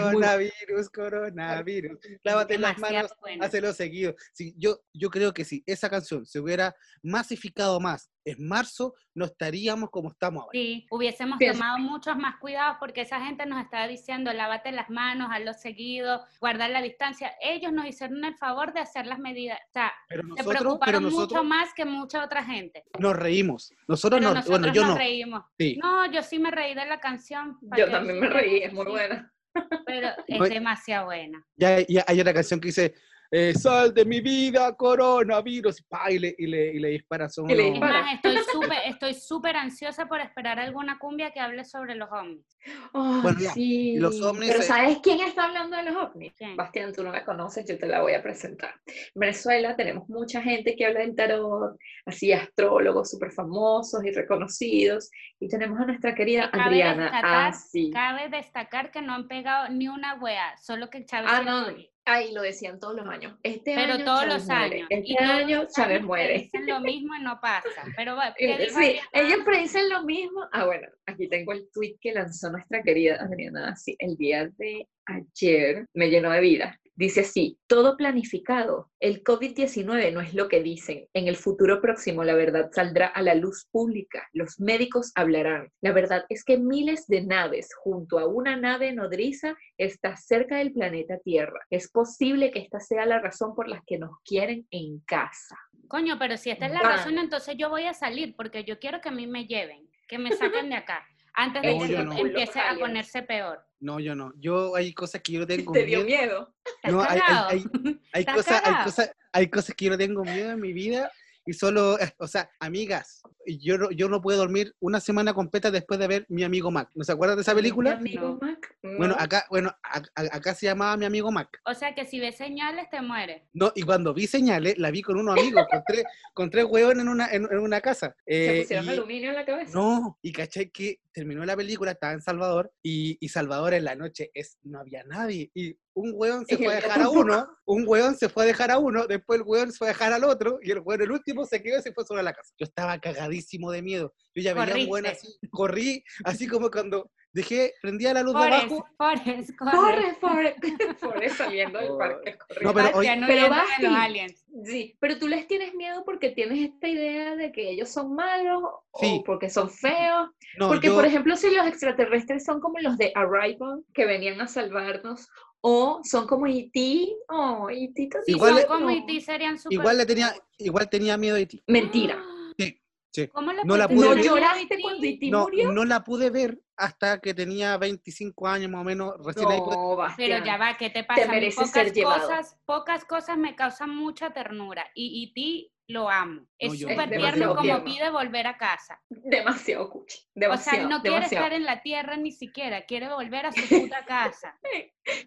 Speaker 1: Coronavirus, coronavirus. Lávate las
Speaker 2: Demasiado
Speaker 1: manos,
Speaker 2: bueno.
Speaker 1: hazlo seguido. Sí, yo, yo creo que si esa canción se hubiera masificado más en marzo, no estaríamos como estamos ahora.
Speaker 2: Sí, hubiésemos
Speaker 3: Pienso-
Speaker 2: tomado muchos más cuidados porque esa gente nos estaba diciendo lávate las manos, hazlo seguido, guardar la distancia. Ellos nos hicieron el favor de hacer las medidas. O sea,
Speaker 1: Pero
Speaker 2: se
Speaker 1: nosotros, pero
Speaker 2: preocuparon mucho
Speaker 1: nosotros
Speaker 2: más que mucha otra gente.
Speaker 1: nos reímos. Nosotros,
Speaker 2: Pero
Speaker 1: no,
Speaker 2: nosotros
Speaker 1: bueno, yo
Speaker 2: nos
Speaker 1: no.
Speaker 2: reímos.
Speaker 1: Sí.
Speaker 2: No, yo sí me reí de la canción. ¿para
Speaker 3: Yo
Speaker 2: qué
Speaker 3: también me
Speaker 2: decirte?
Speaker 3: reí, es muy
Speaker 2: Sí,
Speaker 3: buena.
Speaker 2: Pero
Speaker 1: No,
Speaker 2: es
Speaker 1: y-
Speaker 2: demasiado buena.
Speaker 1: Ya, ya hay una canción que dice, eh, sal de mi vida, coronavirus. Pa, y, le, y, le, y le disparan. Son
Speaker 3: Y le
Speaker 1: unos-
Speaker 2: Es
Speaker 3: disparan. Para.
Speaker 2: más, estoy súper estoy súper ansiosa por esperar alguna cumbia que hable sobre los ovnis.
Speaker 3: Ay,
Speaker 1: Bueno, ya,
Speaker 3: sí.
Speaker 1: los ovnis
Speaker 3: Pero
Speaker 1: es-
Speaker 3: ¿sabes quién está hablando de los ovnis?
Speaker 2: ¿Quién?
Speaker 3: Bastián, tú no la conoces, yo te la voy a presentar. En Venezuela tenemos mucha gente que habla del tarot, así astrólogos súper famosos y reconocidos. Y tenemos a nuestra querida
Speaker 2: Cabe
Speaker 3: Adriana. Ah,
Speaker 2: destacar-
Speaker 3: Así.
Speaker 2: Cabe destacar que no han pegado ni una wea, solo que Chávez
Speaker 3: Ah,
Speaker 2: se
Speaker 3: no.
Speaker 2: muere.
Speaker 3: Ay, lo decían todos los años. Este
Speaker 2: Pero
Speaker 3: año
Speaker 2: todos los
Speaker 3: Chávez muere.
Speaker 2: años. y
Speaker 3: Este
Speaker 2: todos
Speaker 3: año
Speaker 2: los
Speaker 3: Chávez
Speaker 2: años
Speaker 3: muere.
Speaker 2: Dicen lo mismo y no pasa. Pero bueno, ¿qué
Speaker 3: Eh,
Speaker 2: dijo
Speaker 3: Sí,
Speaker 2: Adriana?
Speaker 3: ellos predicen lo mismo. Ah, bueno, aquí tengo el tweet que lanzó nuestra querida Adriana Asi el día de ayer. Me llenó de vida. Dice así, todo planificado. El COVID-19 no es lo que dicen. En el futuro próximo la verdad saldrá a la luz pública. Los médicos hablarán. La verdad es que miles de naves junto a una nave nodriza está cerca del planeta Tierra. Es posible que esta sea la razón por la que nos quieren en casa.
Speaker 2: Coño, pero si esta es la
Speaker 3: Van.
Speaker 2: razón, entonces yo voy a salir porque yo quiero que a mí me lleven, que me saquen de acá, antes de
Speaker 1: No,
Speaker 2: que
Speaker 1: yo
Speaker 2: esto
Speaker 1: no.
Speaker 2: empiece a
Speaker 3: Aliens.
Speaker 2: ponerse peor.
Speaker 1: No, yo no. Yo hay cosas que yo tengo
Speaker 3: ¿Te dio
Speaker 1: miedo.
Speaker 3: miedo?
Speaker 2: ¿Estás
Speaker 1: No, hay- hay-
Speaker 2: cagado?
Speaker 1: hay- Hay
Speaker 2: Estás
Speaker 1: cosas, hay
Speaker 2: cagado.
Speaker 1: cosas, hay cosas que yo no tengo miedo en mi vida y solo, o sea, amigas, yo no, yo no puedo dormir una semana completa después de ver Mi Amigo Mac. ¿No se acuerdan de esa película?
Speaker 3: Mi amigo
Speaker 2: No.
Speaker 3: Mac.
Speaker 1: Bueno,
Speaker 3: no.
Speaker 1: acá, bueno, a- a- acá se llamaba Mi Amigo Mac.
Speaker 2: O sea que si ves señales te mueres.
Speaker 1: No, y cuando vi señales, la vi con unos amigos, con tres, con tres hueones en una, en, en una casa.
Speaker 3: se
Speaker 1: Eh,
Speaker 3: pusieron
Speaker 1: y-
Speaker 3: aluminio en la cabeza.
Speaker 1: no, y caché que terminó la película, estaba en Salvador, y, y Salvador en la noche es, no había nadie. Y un weón se
Speaker 3: Y
Speaker 1: fue a
Speaker 3: el
Speaker 1: dejar a
Speaker 3: otro.
Speaker 1: uno, un weón se fue a dejar a uno, después el weón se fue a dejar al otro, y el weón, el último, se quedó y se fue solo a la casa. Yo estaba cagadísimo de miedo. Yo ya veía a un weón
Speaker 2: Corriste.
Speaker 1: así, corrí, así como cuando dejé, prendía la luz de
Speaker 2: Forrest,
Speaker 1: abajo.
Speaker 2: Forrest, corre.
Speaker 3: Corre, Forrest. Forrest saliendo del
Speaker 1: Oh.
Speaker 3: parque. corre.
Speaker 1: No, pero-
Speaker 2: Bastián
Speaker 1: oye-
Speaker 2: huyendo
Speaker 3: Pero
Speaker 2: de
Speaker 3: Basti.
Speaker 2: los aliens.
Speaker 3: Sí, pero tú les tienes miedo porque tienes esta idea de que ellos son malos
Speaker 1: Sí.
Speaker 3: o porque son feos.
Speaker 1: No,
Speaker 3: porque,
Speaker 1: yo,
Speaker 3: por ejemplo, si los extraterrestres son como los de Arrival, que venían a salvarnos, o son como E E.T. Oh, E.T.
Speaker 2: Si
Speaker 1: Igual
Speaker 2: son
Speaker 1: le-
Speaker 2: como
Speaker 3: E
Speaker 2: IT serían super
Speaker 1: igual, le tenía, igual tenía miedo de ti.
Speaker 3: Mentira.
Speaker 1: sí.
Speaker 2: ¿Cómo le
Speaker 1: No la
Speaker 2: pudiste
Speaker 1: pude
Speaker 3: Ah, ¿No
Speaker 1: ver.
Speaker 2: tener
Speaker 3: lloraste
Speaker 2: IT?
Speaker 3: cuando E.T.
Speaker 1: No,
Speaker 3: murió?
Speaker 1: no la pude ver hasta que tenía 25 años más o menos, recién ahí pude-
Speaker 3: No,
Speaker 2: Pero
Speaker 3: Bastián.
Speaker 2: ya va, ¿qué te pasa? A mí
Speaker 3: mereces
Speaker 2: pocas
Speaker 3: ser llevado.
Speaker 2: cosas, pocas cosas me causan mucha ternura y, y ti lo amo. Es
Speaker 1: yo-
Speaker 2: súper
Speaker 1: es
Speaker 2: tierno
Speaker 1: demasiado
Speaker 2: como
Speaker 3: tierno.
Speaker 2: pide volver a casa.
Speaker 3: Demasiado cuchi. Demasiado,
Speaker 2: o sea, no quiere
Speaker 3: demasiado.
Speaker 2: estar en la tierra ni siquiera, quiere volver a su puta casa.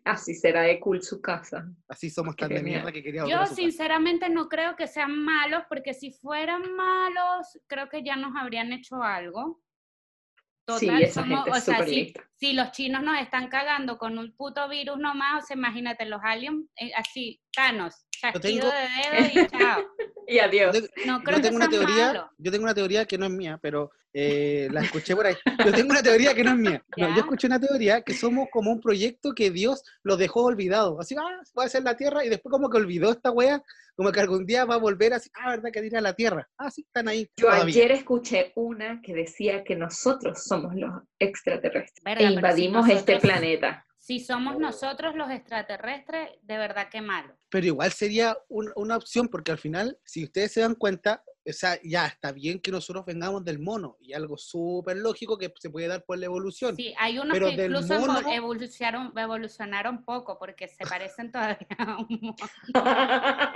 Speaker 3: Así será de cool su casa.
Speaker 1: Así somos
Speaker 3: Qué
Speaker 1: tan de
Speaker 3: genial.
Speaker 1: mierda que quería volver
Speaker 2: Yo
Speaker 1: a su casa.
Speaker 2: sinceramente no creo que sean malos, porque si fueran malos, creo que ya nos habrían hecho algo.
Speaker 3: Sí,
Speaker 2: Total,
Speaker 3: esa
Speaker 2: somos-
Speaker 3: gente
Speaker 2: o
Speaker 3: es
Speaker 2: sea,
Speaker 3: súper
Speaker 2: si,
Speaker 3: lista.
Speaker 2: si los chinos nos están cagando con un puto virus nomás, o sea, imagínate los aliens, eh, así, Thanos, chasquido
Speaker 1: tengo-
Speaker 2: de dedo y chao.
Speaker 3: Y adiós.
Speaker 1: Yo te-
Speaker 2: No creo
Speaker 1: Yo
Speaker 2: que
Speaker 1: tengo, una
Speaker 2: sea
Speaker 1: teoría,
Speaker 2: malo.
Speaker 1: yo tengo una teoría que no es mía, pero eh, la escuché por ahí. Yo tengo una teoría que no es mía. No,
Speaker 2: Ya.
Speaker 1: yo escuché una teoría que somos como un proyecto que Dios los dejó olvidados. Así, ah, voy a hacer la tierra y después como que olvidó esta wea, como que algún día va a volver así, ah, verdad que ir a la tierra. Ah, sí, están ahí.
Speaker 3: Yo
Speaker 1: todavía.
Speaker 3: ayer escuché una que decía que nosotros somos los extraterrestres
Speaker 2: Verga, pero
Speaker 3: e
Speaker 2: si
Speaker 3: invadimos este
Speaker 2: nosotros-
Speaker 3: planeta.
Speaker 2: Si somos nosotros los extraterrestres, de verdad que malo.
Speaker 1: Pero igual sería un- una opción, porque al final, si ustedes se dan cuenta, o sea, ya está bien que nosotros vengamos del mono, y algo súper lógico que se puede dar por la evolución.
Speaker 2: Sí, hay unos
Speaker 1: Pero
Speaker 2: que
Speaker 1: del
Speaker 2: incluso evo-
Speaker 1: mono-
Speaker 2: evolucionaron, evolucionaron poco porque se parecen todavía a un mono.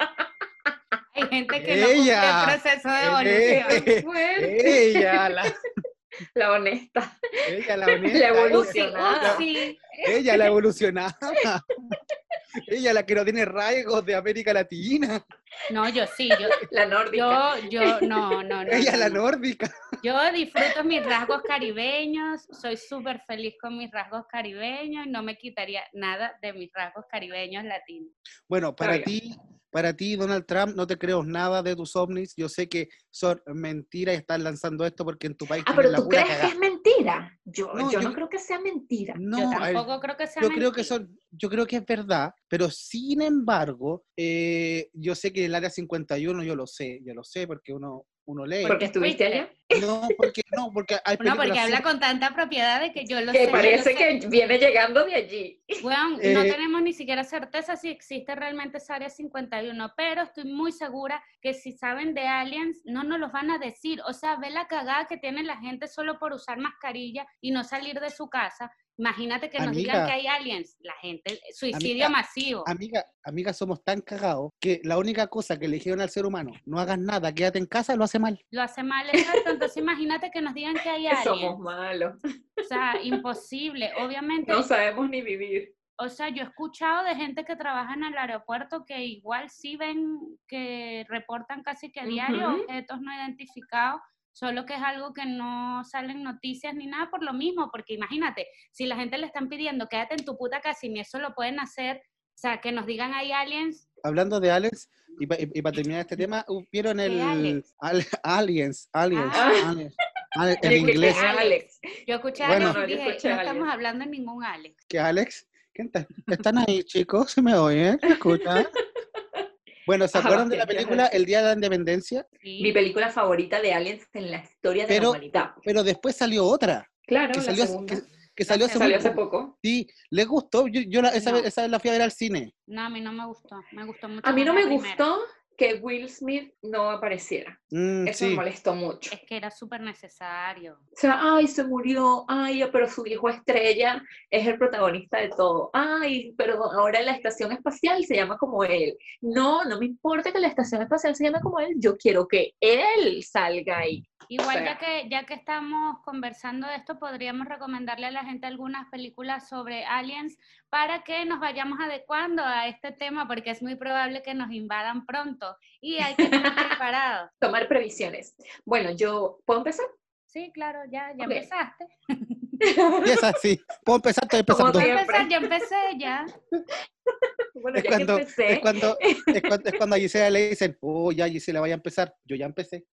Speaker 2: Hay gente que no cumple
Speaker 1: Ella.
Speaker 2: el proceso de
Speaker 1: Eh,
Speaker 2: evolución.
Speaker 1: eh,
Speaker 3: Fuerte.
Speaker 1: Ella, la,
Speaker 3: La honesta.
Speaker 1: ella, la,
Speaker 3: La
Speaker 1: honesta,
Speaker 3: evolución.
Speaker 2: Upsi,
Speaker 3: evolucionada.
Speaker 2: upsi.
Speaker 1: Ella la evolucionada. Ella la que no tiene rasgos de América Latina.
Speaker 2: No, yo sí, yo,
Speaker 3: La nórdica.
Speaker 2: yo, yo, no, no, no.
Speaker 1: Ella
Speaker 2: no,
Speaker 1: la
Speaker 2: no.
Speaker 1: nórdica.
Speaker 2: Yo disfruto mis rasgos caribeños, soy súper feliz con mis rasgos caribeños y no me quitaría nada de mis rasgos caribeños latinos.
Speaker 1: Bueno, para
Speaker 3: Está
Speaker 1: ti, Para ti, Donald Trump, no te creo nada de tus ovnis. Yo sé que son mentiras y estás lanzando esto porque en tu país
Speaker 3: Ah,
Speaker 1: tienen
Speaker 3: pero
Speaker 1: la
Speaker 3: tú
Speaker 1: pura
Speaker 3: crees que
Speaker 1: cagá.
Speaker 3: es mentira. Yo
Speaker 1: No,
Speaker 3: no, yo
Speaker 1: yo-
Speaker 3: no creo que sea mentira.
Speaker 1: No,
Speaker 2: Yo
Speaker 1: a ver,
Speaker 2: tampoco creo que sea
Speaker 1: yo creo que
Speaker 2: mentira.
Speaker 1: son, yo creo que es verdad, pero sin embargo, eh, yo sé que el área 51, yo lo sé, yo lo sé porque uno, uno lee.
Speaker 3: Porque estuviste allá.
Speaker 1: No, porque no, porque hay
Speaker 2: No, porque
Speaker 1: películas
Speaker 2: habla
Speaker 1: súper-
Speaker 2: con tanta propiedad de que yo lo sé.
Speaker 3: Que
Speaker 2: yo
Speaker 3: parece
Speaker 2: lo sé.
Speaker 3: que viene llegando de allí.
Speaker 2: Weón, no
Speaker 1: Eh,
Speaker 2: tenemos ni siquiera certeza si existe realmente esa área 51, pero estoy muy segura que si saben de aliens, no nos los van a decir. O sea, ve la cagada que tiene la gente solo por usar mascarilla y no salir de su casa. Imagínate que nos digan
Speaker 1: Amiga.
Speaker 2: que hay aliens. La gente, eh, suicidio
Speaker 1: Amiga,
Speaker 2: masivo.
Speaker 1: Amiga, amiga, somos tan cagados que la única cosa que le dijeron al ser humano, no hagas nada, quédate en casa, lo hace mal.
Speaker 2: Lo hace mal, exacto. Entonces imagínate que nos digan que hay
Speaker 3: Que somos
Speaker 2: aliens.
Speaker 3: malos.
Speaker 2: O sea, imposible. Obviamente,
Speaker 3: No sabemos ni vivir.
Speaker 2: O sea, yo he escuchado de gente que trabaja en el aeropuerto que igual sí ven que reportan casi que a diario
Speaker 3: Ujú.
Speaker 2: objetos no identificados, solo que es algo que no salen noticias ni nada por lo mismo, porque imagínate, si la gente le están pidiendo quédate en tu puta casa y ni eso lo pueden hacer, o sea, que nos digan hay aliens,
Speaker 1: Hablando de Alex, y para terminar este tema, uh, ¿vieron el
Speaker 2: Alex?
Speaker 1: Al- Aliens, Aliens,
Speaker 3: Ah.
Speaker 1: Aliens, Al-
Speaker 3: Yo
Speaker 1: en
Speaker 3: escuché
Speaker 1: inglés
Speaker 2: Alex.
Speaker 3: Alex.
Speaker 2: yo escuché
Speaker 1: Bueno.
Speaker 2: a Alex
Speaker 3: No,
Speaker 2: y
Speaker 3: no, yo
Speaker 2: dije,
Speaker 3: escuché
Speaker 2: no
Speaker 3: a
Speaker 2: estamos
Speaker 3: Alex".
Speaker 2: hablando de ningún Alex.
Speaker 1: que Alex, ¿quién está- están ahí, chicos? ¿Se me oyen? ¿Me escuchan? Bueno, ¿se
Speaker 3: Ah,
Speaker 1: acuerdan de la
Speaker 3: Bastián, ya
Speaker 1: película
Speaker 3: sabes.
Speaker 1: El Día de la Independencia?
Speaker 2: Sí.
Speaker 3: Mi película favorita de Aliens en la historia de
Speaker 1: Pero-
Speaker 3: la humanidad.
Speaker 1: Pero después salió otra,
Speaker 3: Claro,
Speaker 1: que
Speaker 3: la
Speaker 1: salió,
Speaker 3: segunda.
Speaker 1: que, que salió,
Speaker 2: que
Speaker 1: hace,
Speaker 3: Ah, Salió
Speaker 1: muy
Speaker 3: hace
Speaker 1: poco.
Speaker 3: poco.
Speaker 1: Sí, les gustó. Yo, yo la- esa,
Speaker 2: No.
Speaker 1: vez, esa vez la fui a ver al cine.
Speaker 2: No, a mí no me gustó, me gustó mucho.
Speaker 3: A mí
Speaker 2: más
Speaker 3: no
Speaker 2: la
Speaker 3: me
Speaker 2: primera.
Speaker 3: gustó que Will Smith no apareciera.
Speaker 1: Mm,
Speaker 3: Eso me
Speaker 1: sí.
Speaker 3: molestó mucho.
Speaker 2: Es que era súper necesario.
Speaker 3: O sea, ay, se murió, ay, pero su hijo estrella es el protagonista de todo. Ay, pero ahora la estación espacial se llama como él. No, no me importa que la estación espacial se llame como él, yo quiero que él salga ahí.
Speaker 2: Igual
Speaker 3: sea.
Speaker 2: ya que ya que estamos conversando de esto, podríamos recomendarle a la gente algunas películas sobre aliens para que nos vayamos adecuando a este tema, porque es muy probable que nos invadan pronto y hay que estar preparados.
Speaker 3: Tomar previsiones. Bueno, yo, ¿puedo empezar?
Speaker 2: Sí, claro, ya, ya
Speaker 3: Ok.
Speaker 2: empezaste.
Speaker 1: Y es así. Puedo empezar, estoy
Speaker 3: Como
Speaker 1: empezando.
Speaker 2: Ya
Speaker 3: Siempre.
Speaker 2: empecé, ya empecé, ya.
Speaker 3: Bueno,
Speaker 1: Es
Speaker 3: ya
Speaker 1: cuando,
Speaker 3: que empecé.
Speaker 2: ¿Eh?
Speaker 1: es, cuando, es, cuando, es cuando a Gisela le dicen, oh, ya Gisela, vaya a empezar. Yo ya empecé.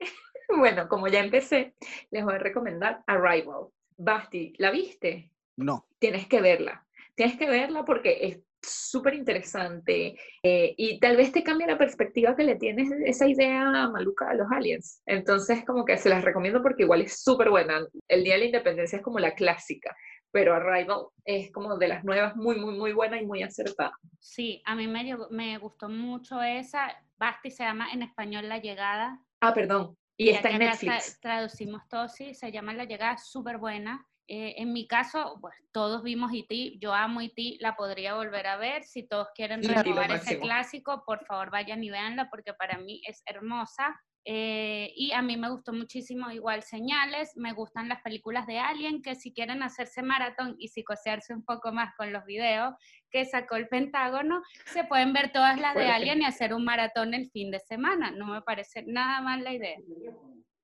Speaker 3: Bueno, como ya empecé, les voy a recomendar Arrival. Basti, ¿la viste?
Speaker 1: No.
Speaker 3: Tienes que verla. Tienes que verla porque es súper interesante eh, y tal vez te cambie la perspectiva que le tienes de esa idea maluca a los aliens. Entonces, como que se las recomiendo porque igual es súper buena. El Día de la Independencia es como la clásica, pero Arrival es como de las nuevas muy, muy, muy buena y muy acertada.
Speaker 2: Sí, a mí me, llegó- me gustó mucho esa. Basti se llama en español La Llegada.
Speaker 3: Ah, perdón. Y
Speaker 2: ya
Speaker 3: está
Speaker 2: que
Speaker 3: en
Speaker 2: acá tra-
Speaker 3: Netflix.
Speaker 2: traducimos todo, sí, se llama La Llegada, es súper buena. Eh, en mi caso, pues todos vimos IT, yo amo IT, la podría volver a ver. Si todos quieren
Speaker 1: Sí, la-
Speaker 2: renovar
Speaker 3: lo
Speaker 2: ese
Speaker 3: máximo.
Speaker 2: clásico, por favor vayan y véanla porque para mí es hermosa. Eh, y a mí me gustó muchísimo igual señales, me gustan las películas de Alien, que si quieren hacerse maratón y psicosearse un poco más con los videos que sacó el Pentágono, se pueden ver todas las de
Speaker 3: fuerte.
Speaker 2: Alien y hacer un maratón el fin de semana. No me parece nada mal la idea.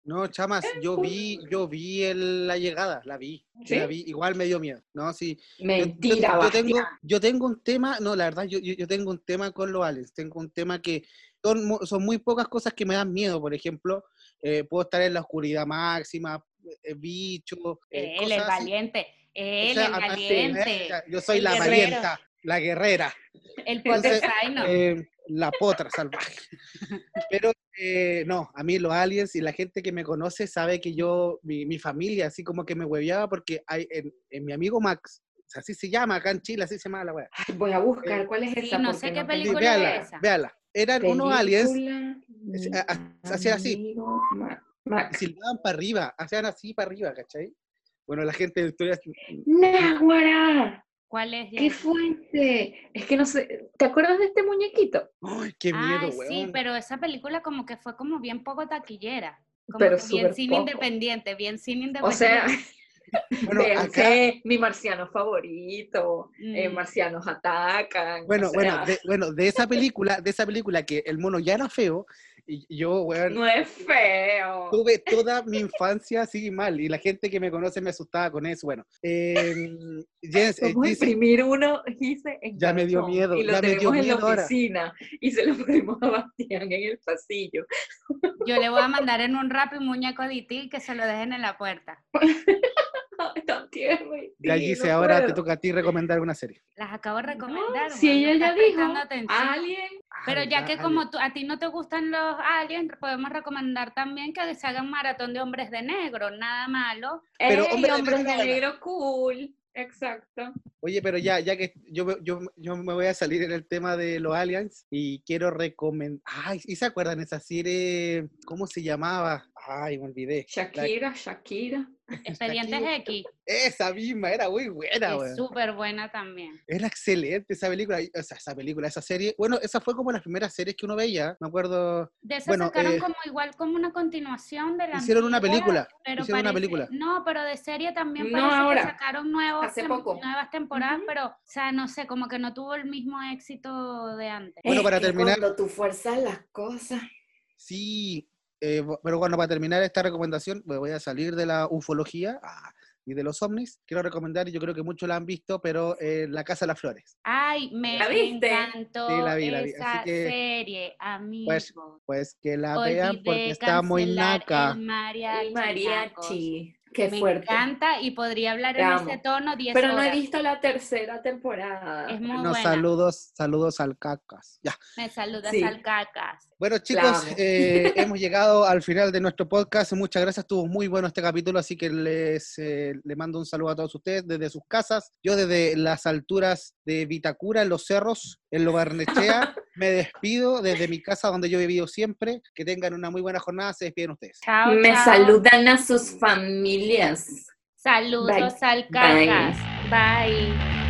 Speaker 1: No,
Speaker 2: Eh,
Speaker 1: chamas, yo vi, yo vi el- la llegada, la vi. Sí,
Speaker 3: ¿Sí?
Speaker 1: la vi. Igual me dio miedo. No, sí. Yo- yo-
Speaker 3: Mentira,
Speaker 1: yo,
Speaker 3: Basti.
Speaker 1: tengo, yo tengo un tema, no, la verdad, yo, yo, yo tengo un tema con los aliens. Tengo un tema que son, mu- son muy pocas cosas que me dan miedo. Por ejemplo, eh, puedo estar en la oscuridad máxima, eh, bicho. eh,
Speaker 2: Él
Speaker 1: cosas
Speaker 2: es
Speaker 1: así.
Speaker 2: valiente,
Speaker 1: O
Speaker 2: él
Speaker 1: sea,
Speaker 2: es
Speaker 1: a- así,
Speaker 2: valiente,
Speaker 1: verga, Yo soy
Speaker 2: el
Speaker 1: la
Speaker 2: guerrero.
Speaker 1: valienta, la guerrera.
Speaker 2: el poder
Speaker 1: Entonces,
Speaker 2: Saino.
Speaker 1: eh, la potra salvaje. Pero eh, no, a mí los aliens y la gente que me conoce sabe que yo, mi, mi familia, así como que me hueveaba porque hay en, en mi amigo Max, o sea, así se llama acá en Chile, así se llama la wea.
Speaker 3: Ay, Voy a buscar cuál es
Speaker 2: Sí,
Speaker 3: esa.
Speaker 2: no
Speaker 3: porque
Speaker 2: sé qué
Speaker 1: Sí,
Speaker 3: tengo-
Speaker 2: película
Speaker 1: véala,
Speaker 2: es esa?
Speaker 1: véala. Eran unos aliens
Speaker 3: es-
Speaker 1: a- a- hacía así.
Speaker 3: amigo Ma-
Speaker 1: y
Speaker 3: Max.
Speaker 1: silbaban para arriba, hacían así para arriba, ¿cachai? Bueno, la gente de historia
Speaker 3: ¡Náguara!
Speaker 2: ¿Cuál es?
Speaker 3: ¡Qué
Speaker 2: Jenny?
Speaker 3: fuente! Es que no sé, ¿te acuerdas de este muñequito?
Speaker 1: ¡Ay, qué miedo,
Speaker 2: Ay,
Speaker 1: weón!
Speaker 2: sí, pero esa película como que fue como bien poco taquillera. Como
Speaker 3: Pero
Speaker 2: que bien
Speaker 3: súper
Speaker 2: cine
Speaker 3: poco.
Speaker 2: independiente, bien cine
Speaker 3: O sea,
Speaker 2: independiente.
Speaker 1: Bueno,
Speaker 3: véanse,
Speaker 1: acá-
Speaker 3: mi marciano favorito, eh,
Speaker 2: Mm.
Speaker 3: marcianos atacan.
Speaker 1: Bueno,
Speaker 3: o
Speaker 1: bueno,
Speaker 3: sea,
Speaker 1: de, bueno, de esa película, de esa película que el mono ya era feo Y yo, weón,
Speaker 3: No es feo.
Speaker 1: tuve toda mi infancia así mal y la gente que me conoce me asustaba con eso. Bueno, eh, Jens, eh,
Speaker 3: Vamos a
Speaker 1: dice-
Speaker 3: imprimir uno, Gise, en
Speaker 1: Ya me dio
Speaker 3: cartón,
Speaker 1: miedo,
Speaker 3: Y lo
Speaker 1: ya me dio
Speaker 3: tenemos en la
Speaker 1: miedo ahora.
Speaker 3: oficina y se lo ponemos a Bastián en el pasillo.
Speaker 2: Yo le voy a mandar en un rap un muñeco de Iti que se lo dejen en la puerta.
Speaker 3: Ay, tan Ah, tierno. y-
Speaker 1: ya
Speaker 3: y
Speaker 1: dice,
Speaker 3: no
Speaker 1: ahora te
Speaker 3: puedo.
Speaker 1: toca a ti recomendar una serie.
Speaker 2: Las acabo de recomendar.
Speaker 3: si
Speaker 2: weón, no
Speaker 3: ella ya
Speaker 2: estás prestando
Speaker 3: dijo,
Speaker 2: atención.
Speaker 3: Alien.
Speaker 2: Pero
Speaker 1: Ah,
Speaker 2: ya que
Speaker 1: dale.
Speaker 2: como tú- a ti no te gustan los aliens, podemos recomendar también que se hagan maratón de hombres de negro, nada malo.
Speaker 1: Pero
Speaker 3: Ey,
Speaker 1: hombre de
Speaker 3: hombres
Speaker 1: negro,
Speaker 3: de
Speaker 1: buena.
Speaker 3: negro cool. Exacto.
Speaker 1: Oye, pero ya, ya que yo, me- yo, yo me voy a salir en el tema de los aliens y quiero recomendar. Ay, ¿y se acuerdan esa serie? ¿Cómo se llamaba? Ay, me olvidé.
Speaker 3: Shakira, Shakira.
Speaker 2: Expedientes
Speaker 1: Shakira.
Speaker 2: X,
Speaker 1: Esa misma, era muy buena,
Speaker 2: es
Speaker 1: weón.
Speaker 2: súper buena también.
Speaker 1: Era excelente esa película, y- o sea, esa película, esa serie. Bueno, esa fue como las primeras series que uno veía, me acuerdo.
Speaker 2: De esa
Speaker 1: Bueno,
Speaker 2: sacaron
Speaker 1: eh,
Speaker 2: como igual como una continuación de la
Speaker 1: Hicieron una
Speaker 2: antigua,
Speaker 1: película.
Speaker 2: pero
Speaker 1: hicieron una
Speaker 2: parece-
Speaker 1: película.
Speaker 2: No, pero de serie también
Speaker 3: No,
Speaker 2: parece
Speaker 3: ahora,
Speaker 2: que sacaron nuevos,
Speaker 3: hace
Speaker 2: tem-
Speaker 3: poco.
Speaker 2: nuevas temporadas,
Speaker 3: Ujú.
Speaker 2: pero, o sea, no sé, como que no tuvo el mismo éxito de antes.
Speaker 1: Bueno, para terminar-
Speaker 3: Cuando tú fuerzas las cosas.
Speaker 1: Sí, eh, bo- pero bueno, para terminar esta recomendación, me voy a salir de la ufología ah, y de los ovnis. Quiero recomendar, y yo creo que muchos la han visto, pero eh, La Casa de las Flores.
Speaker 2: Ay, me,
Speaker 3: ¿La
Speaker 2: me
Speaker 3: viste?
Speaker 2: encantó
Speaker 1: Sí, la vi, la vi, así
Speaker 2: esa
Speaker 1: que,
Speaker 2: serie, amigo.
Speaker 1: Pues que la
Speaker 2: Olvidé
Speaker 1: vean porque está muy
Speaker 2: cancelar
Speaker 1: naca.
Speaker 2: el mariachi. Marcos.
Speaker 3: Mariachi. Qué
Speaker 2: Me
Speaker 3: fuerte.
Speaker 2: encanta y podría hablar
Speaker 3: Te
Speaker 2: en
Speaker 3: amo.
Speaker 2: ese tono 10
Speaker 3: Pero no he
Speaker 2: horas.
Speaker 3: visto la tercera temporada.
Speaker 2: Es muy
Speaker 1: Bueno,
Speaker 2: buena.
Speaker 1: saludos, saludos al cacas. Ya.
Speaker 2: Me saludas
Speaker 3: Sí.
Speaker 2: al cacas.
Speaker 1: Bueno,
Speaker 3: La
Speaker 1: chicos,
Speaker 3: amo.
Speaker 1: eh, hemos llegado al final de nuestro podcast. Muchas gracias, estuvo muy bueno este capítulo, así que les eh, le mando un saludo a todos ustedes desde sus casas. Yo desde las alturas de Vitacura, en los cerros, en Lo Barnechea, me despido desde mi casa donde yo he vivido siempre. Que tengan una muy buena jornada, se despiden ustedes.
Speaker 2: Chao,
Speaker 3: Me
Speaker 2: chao.
Speaker 3: saludan a sus familias.
Speaker 2: Saludos al
Speaker 3: Bye.
Speaker 2: cacas. Bye.